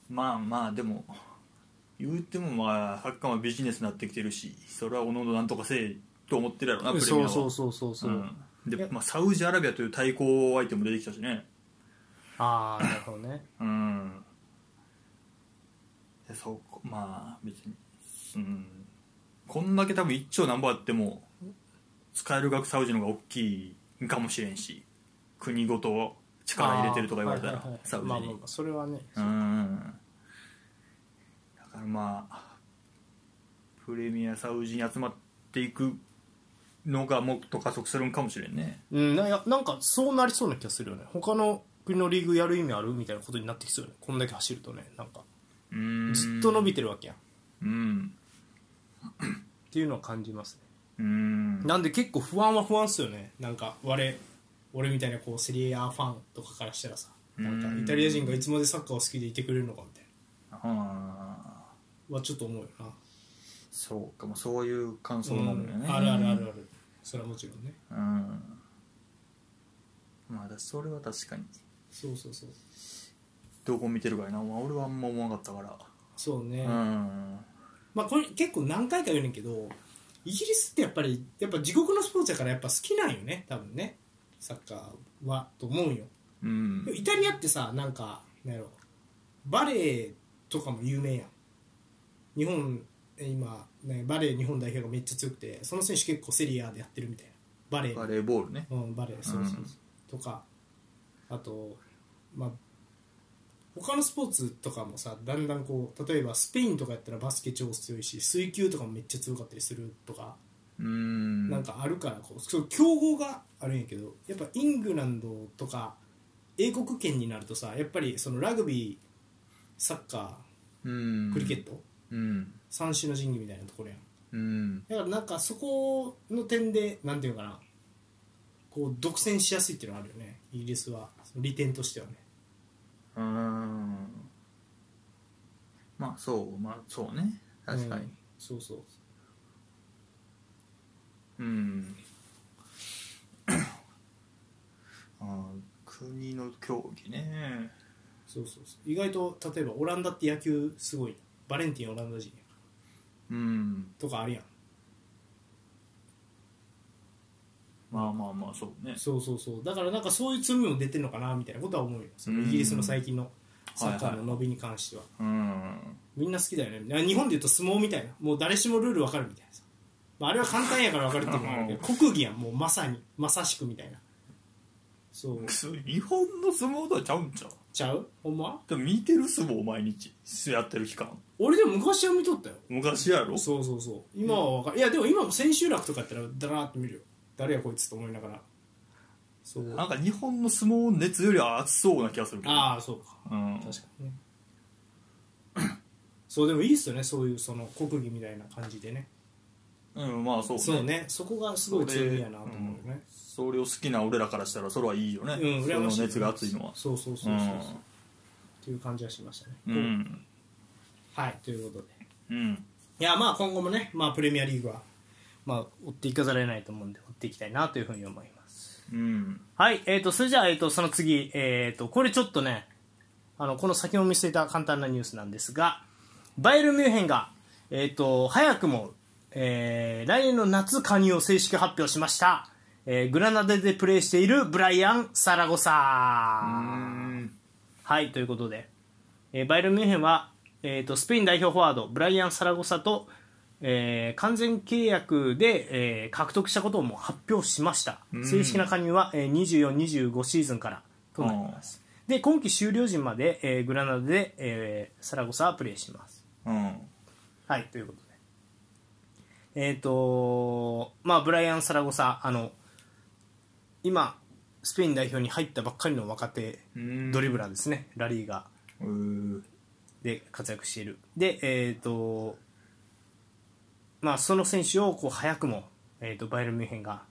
Speaker 2: まあまあでも言うてもまあサッカーはビジネスになってきてるしそれはおのおのなんとかせえと思ってるやろなプレミア
Speaker 7: そ
Speaker 2: は
Speaker 7: うそうそうそうそう、
Speaker 2: うん
Speaker 1: いや
Speaker 2: で、まあ、サウジアラビアという対抗相手も出てきたしね
Speaker 7: ああなるほどね
Speaker 2: うんでそこまあ別にうんこんだけ多分一兆何ぼあっても使える額サウジの方が大きいかもしれんし国ごと力入れてるとか言われた
Speaker 7: あーはいはい
Speaker 2: ら
Speaker 7: はい
Speaker 2: サウジ
Speaker 7: まあまあ
Speaker 2: に
Speaker 7: まあそれはね、
Speaker 2: うんだからまあプレミアサウジに集まっていくのがもっと加速するんかもしれんね
Speaker 7: うん、ないやなんかそうなりそうな気がするよね他の国のリーグやる意味あるみたいなことになってきそうよねこんだけ走るとねなんか
Speaker 2: うん
Speaker 7: ずっと伸びてるわけやんっ
Speaker 2: うん
Speaker 7: ていうのは感じますね
Speaker 2: うん
Speaker 7: な
Speaker 1: なんで結構不安は不安っすよねなんか我俺みたいなこうセリエ A ファンとかからしたらさなんか
Speaker 2: うん
Speaker 1: イタリア人がいつまでサッカーを好きでいてくれるのかみたい
Speaker 2: ああ
Speaker 1: なはちょっと思うよな
Speaker 2: そうかもそういう感想なのよね、
Speaker 1: うんあるあるあるあるそれはもちろんね
Speaker 2: うんまあだそれは確かに
Speaker 1: そうそうそう
Speaker 2: どこ見てるかやな、まあ、俺はあんま思わなかったから
Speaker 1: そうね、
Speaker 2: うん
Speaker 1: まあこれ結構何回か言うねんけどイギリスってやっぱりやっぱ地獄のスポーツやからやっぱ好きなんよね多分ねサッカーはと思うよ
Speaker 2: うん
Speaker 1: でもイタリアってさなんかなんやろバレエとかも有名やん日本え今、ね、バレエ日本代表がめっちゃ強くてその選手結構セリアでやってるみたいなバレエ
Speaker 2: バレーボールね
Speaker 1: うん、バレエそうそうそう、とかあとまあ他のスポーツとかもさだんだんこう例えばスペインとかやったらバスケ超強いし水球とかもめっちゃ強かったりするとか、
Speaker 2: うん
Speaker 1: なんかあるからこうそう競合があるんやけどやっぱイングランドとか英国圏になるとさやっぱりそのラグビーサッカ
Speaker 2: うん
Speaker 1: ークリケット、
Speaker 2: うん
Speaker 1: 三種の神器みたいなところやん
Speaker 2: うん
Speaker 1: だからなんかそこの点でなんていうのかなこう独占しやすいっていうのはあるよねイギリスはその利点としてはね
Speaker 2: うんまあそうまあそうね確か
Speaker 1: う
Speaker 2: に
Speaker 1: んそうそう
Speaker 2: うん、ああ国の競技ね
Speaker 1: そうそうそう意外と例えばオランダって野球すごいバレンティンオランダ人や
Speaker 2: うん
Speaker 1: とかあるやん
Speaker 2: まあまあまあそうね
Speaker 1: そうそうそうだからなんかそういう罪も出てるのかなみたいなことは思うよそのイギリスの最近のサッカーの伸びに関しては、
Speaker 2: うん
Speaker 1: みんな好きだよねな日本で言うと相撲みたいなもう誰しもルールわかるみたいなさ、まあ、あれは簡単やからわかるっていうのもあるけど国技やんもうまさにまさしくみたいなそう
Speaker 2: 日本の相撲とはちゃうんちゃう
Speaker 1: ちゃうほんま
Speaker 2: でも見てる相撲毎日やってる期間
Speaker 1: 俺でも昔は見とったよ
Speaker 2: 昔やろ
Speaker 1: そうそうそう今は分かるいやでも今も千秋楽とかやったらだらーって見るよ誰やこいつと思いながらそう
Speaker 2: なんか日本の相撲熱よりは熱そうな気がするけど
Speaker 1: ああそうか
Speaker 2: うん、
Speaker 1: 確かにね *coughs* そうでもいいっすよねそういうその国技みたいな感じでね
Speaker 2: うん、まあそうね
Speaker 1: そうねそこがすごい強みやなと思うよね
Speaker 2: それを好きな俺らからしたらそれはいいよね、
Speaker 1: うん
Speaker 2: そ
Speaker 1: 羨ま
Speaker 2: の
Speaker 1: しい
Speaker 2: 熱が熱いのは
Speaker 1: そうそうそうそうそうっていう感じはしましたね
Speaker 2: うん
Speaker 1: はいということで
Speaker 2: うん
Speaker 1: いやまあ今後もね、まあ、プレミアリーグは、まあ、追っていかざるを得ないと思うんで追っていきたいなというふうに思います
Speaker 2: うん
Speaker 1: はいえー、とそれじゃあ、えー、とその次、えー、とこれちょっとねあのこの先も見据えた簡単なニュースなんですがバイエルンミュンヘンが、えー、と早くも、えー来年の夏加入を正式発表しました、えーグラナダでプレーしているブライアン・サラゴサ
Speaker 2: うん
Speaker 1: はい、ということで、えーバイエルンミュンヘンは、えー、とスペイン代表フォワードブライアン・サラゴサと、えー完全契約で、えー獲得したことをもう発表しました正式な加入は、えー、2425シーズンからとなりますで今季終了時まで、えーグラナダで、えーサラゴサはプレーします
Speaker 2: うん
Speaker 1: はい、ということで。えっ、とまあ、ブライアン・サラゴサ、あの、今、スペイン代表に入ったばっかりの若手
Speaker 2: うん
Speaker 1: ドリブラーですね、ラリーが
Speaker 2: うー
Speaker 1: で活躍している。で、えっ、とまあ、その選手をこう早くも、えー、とバイエルン・ミュンヘンが、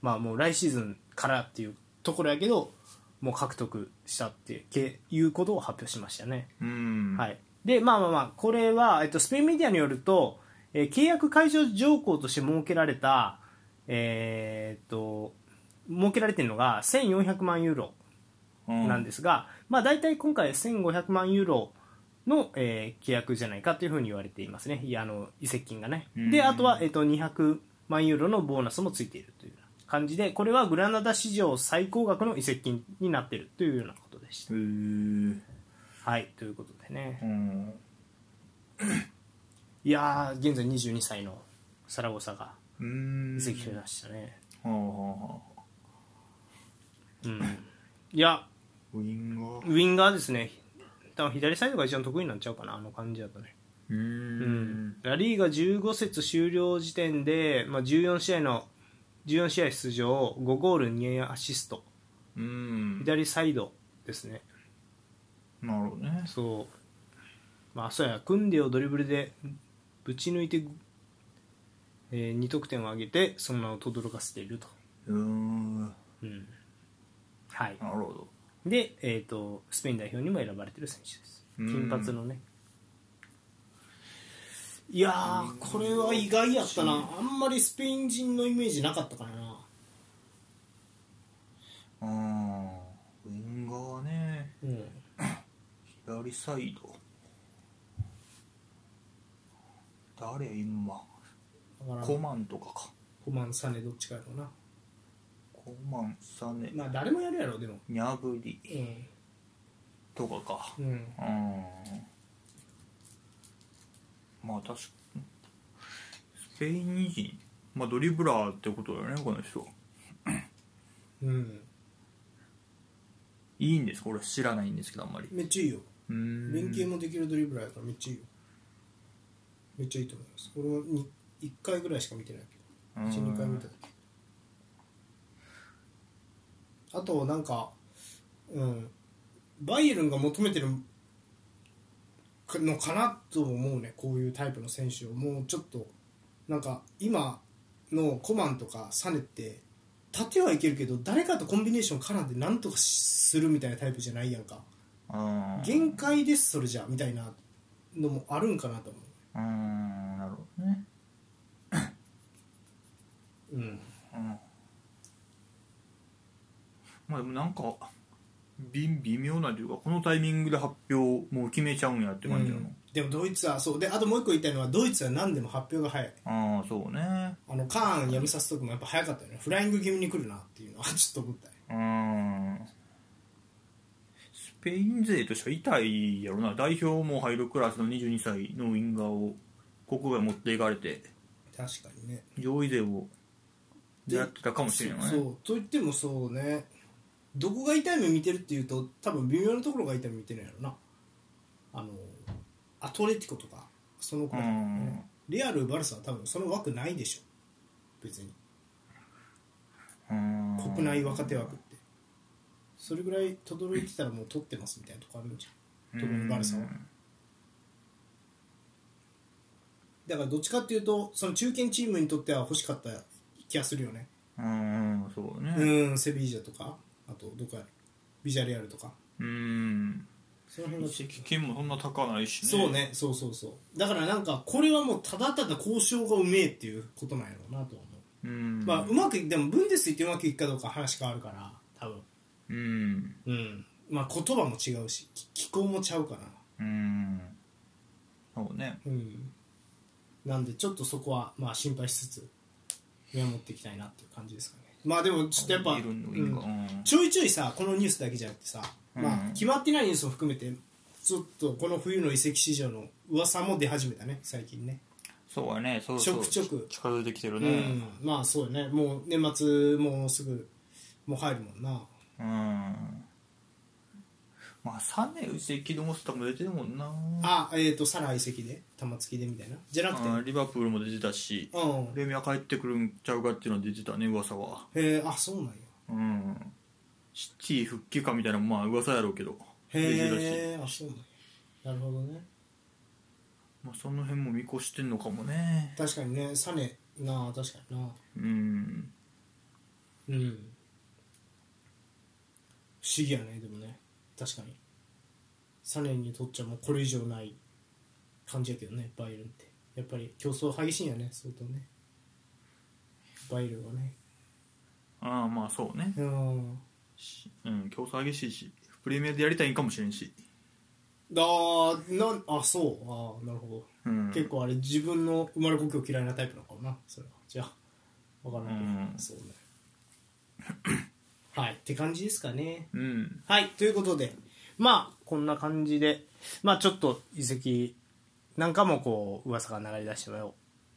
Speaker 1: まあ、もう来シーズンからっていうところやけど、もう獲得したってけいうことを発表しましたね。
Speaker 2: うん
Speaker 1: はい、でまあまあまあこれは、えっと、スペインメディアによると、えー契約解除条項として設けられたえーっと設けられているのが1400万ユーロ
Speaker 2: うん
Speaker 1: なんですが、まあ、大体今回1500万ユーロの、えー契約じゃないかというふうに言われていますね、いやあの移籍金がね。
Speaker 2: うん
Speaker 1: で、あとは、えっと200万ユーロのボーナスもついているという感じで、これはグラナダ史上最高額の移籍金になっているというようなことでし
Speaker 2: うー
Speaker 1: た。はい、ということでね
Speaker 2: う。ん
Speaker 1: いやー現在22歳のサラゴサが
Speaker 2: うん
Speaker 1: 移籍を出したね、
Speaker 2: はあはあはあ
Speaker 1: うん、いや
Speaker 2: ウインゴ
Speaker 1: ウィンガーですね多分左サイドが一番得意になっちゃうかなあの感じだとね、
Speaker 2: う
Speaker 1: うん
Speaker 2: ん
Speaker 1: ラリーが15節終了時点で、まあ、14試合の14試合出場5ゴール2アシスト
Speaker 2: うん
Speaker 1: 左サイドですね
Speaker 2: なるほどね
Speaker 1: そうまあそうや組んでをドリブルでぶち抜いて、え2得点を挙げてその名を轟かせていると、
Speaker 2: うーんな
Speaker 1: うん、はい
Speaker 2: るほど
Speaker 1: で、えー、とスペイン代表にも選ばれてる選手です
Speaker 2: うん
Speaker 1: 金髪のねいやーこれは意外やったなあんまりスペイン人のイメージなかったからな
Speaker 2: うんウインゴはね
Speaker 1: うん
Speaker 2: 左サイド誰今
Speaker 1: だから
Speaker 2: コマンとかか
Speaker 1: コマンサネどっちかやろうな
Speaker 2: コマンサネ
Speaker 1: まあ誰もやるやろでも
Speaker 2: ニャブリ
Speaker 1: うん、
Speaker 2: とかか
Speaker 1: うん、
Speaker 2: うんまあ確かスペイン人まあドリブラーってことだよねこの人
Speaker 1: うん、
Speaker 2: いいんですこれ知らないんですけどあんまり
Speaker 1: めっちゃいいよ
Speaker 2: うーん
Speaker 1: 連携もできるドリブラーやからめっちゃいいよめっちゃいいと思います俺はに1回ぐらいしか見てないけど
Speaker 2: うん
Speaker 1: 12回見た時あとなんかうんバイエルンが求めてるのかなと思うねこういうタイプの選手をもうちょっとなんか今のコマンとかサネって縦はいけるけど誰かとコンビネーション絡んでなんとかするみたいなタイプじゃないやんか
Speaker 2: うん
Speaker 1: 限界ですそれじゃみたいなのもあるんかなと思
Speaker 2: うんなるほどね
Speaker 1: ううん
Speaker 2: うんまあでもなんか微微妙なというかこのタイミングで発表もう決めちゃうんやって感じなの、
Speaker 1: うんでもドイツはそうであともう一個言いたいのはドイツは何でも発表が早い
Speaker 2: ああそうね
Speaker 1: あのカーンやめさせとくもやっぱ早かったよねフライング気味に来るなっていうのは *laughs* ちょっと思ったね
Speaker 2: うんスペイン勢としては痛いやろな代表も入るクラスの22歳のウインガーを国外持っていかれて
Speaker 1: 確かにね
Speaker 2: 上位勢を狙ってたかもしれない
Speaker 1: そうと言ってもそうねどこが痛い目見てるっていうと多分微妙なところが痛い目見てるんやろなあのアトレティコとかその子らいだよねレアルバルサは多分その枠ないでしょ別に
Speaker 2: うん
Speaker 1: 国内若手枠ってそれぐらい轟いてたらもう取ってますみたいなとこあるんじゃん特にバルサはだからどっちかっていうとその中堅チームにとっては欲しかった気がするよね
Speaker 2: うんうんそうね
Speaker 1: うんセビージャとかあとどこやビジャレアルとか
Speaker 2: うん
Speaker 1: その辺がちょっと
Speaker 2: 金もそんな高ないしね
Speaker 1: そうねそうそうそうだからなんかこれはもうただただ交渉がうめえっていうことなんやろうなと思う、
Speaker 2: うん
Speaker 1: まあうまくいでもブンデスってうまくいくかどうか話変わるから多分
Speaker 2: うん
Speaker 1: うんまあ言葉も違うしき気候もちゃうかな
Speaker 2: うんそうね
Speaker 1: うんなんでちょっとそこはまあ心配しつつ見守っていきたいなっていう感じですかねまあでもちょっとやっぱ
Speaker 2: いるのいい
Speaker 1: うん
Speaker 2: のかうん
Speaker 1: ちょいちょいさこのニュースだけじゃなくてさ、ま
Speaker 2: う
Speaker 1: あ
Speaker 2: ん
Speaker 1: 決まってないニュースも含めてちょっとこの冬の移籍市場の噂も出始めたね最近ね
Speaker 2: そうやねそうそう
Speaker 1: ちょくちょく
Speaker 2: 近づいてきてる
Speaker 1: う
Speaker 2: ね
Speaker 1: んまあそうよねもう年末もうすぐもう入るもんな
Speaker 2: うんまあ3年うちでキドモスターも出てるもんな
Speaker 1: あえっ、とサラ移籍で玉突きでみたいなじゃなくて
Speaker 2: うんリバプールも出てたし
Speaker 1: うんへ
Speaker 2: レミア帰ってくるんちゃうかっていうのは出てたね噂は
Speaker 1: えあそうなんや
Speaker 2: うんシティ復帰かみたいなまあ噂やろうけど出てたし
Speaker 1: へえあそうなんやなるほどね
Speaker 2: まあ、その辺も見越してんのかもね
Speaker 1: 確かにねサネなあ確かにな
Speaker 2: うん
Speaker 1: うん不思議やねでもね確かにサネにとっちゃもうこれ以上ない感じやけどねバイエルンってやっぱり競争激しいんやね相当ねバイエルンはね
Speaker 2: ああまあそうね
Speaker 1: うん
Speaker 2: しうん競争激しいしプレミアでやりたいんかもしれんし、
Speaker 1: あーなんあそうあーなるほど、
Speaker 2: うん、
Speaker 1: 結構あれ自分の生まれ故郷嫌いなタイプなのかもなそれはじゃあ分からないけど、
Speaker 2: うん
Speaker 1: そうね *coughs* はいって感じですかね
Speaker 2: うん
Speaker 1: はい、ということで、まあ、こんな感じで、まあ、ちょっと遺跡なんかもこう、噂が流れ出してもようっ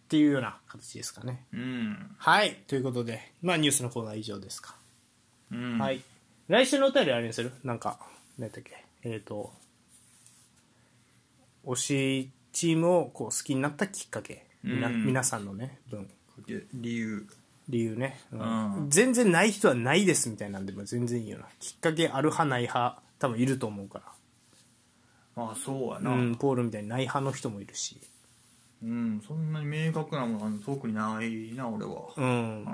Speaker 1: ていうような形ですかね。
Speaker 2: うん
Speaker 1: はい、ということで、まあ、ニュースのコーナーは以上ですか。
Speaker 2: うん
Speaker 1: はい。来週のお便りあれにするなんか、何だっけ、えっ、と、推しチームをこう好きになったきっかけ、みな
Speaker 2: うん
Speaker 1: 皆さんのね、分、
Speaker 2: 理由
Speaker 1: 理由ね、うん
Speaker 2: うん
Speaker 1: 全然ない人はないですみたいなんでも全然いいよな。きっかけある派ない派、多分いると思うから。
Speaker 2: まあそうやなう、
Speaker 1: うんん、ポールみたいに内派の人もいるし、
Speaker 2: そんなに明確なものは特にないな俺は
Speaker 1: うん
Speaker 2: う、ん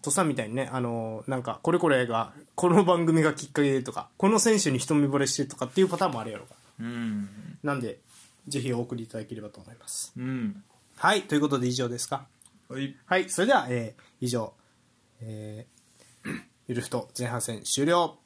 Speaker 1: とさんみたいにねあのなんかこれこれがこの番組がきっかけでとかこの選手に一目惚れしてとかっていうパターンもあるやろうか
Speaker 2: うん、
Speaker 1: らなんでぜひお送りいただければと思います
Speaker 2: うん、
Speaker 1: はいということで以上ですか
Speaker 2: はい
Speaker 1: はいそれでは、えー以上、えー、ゆるふと前半戦終了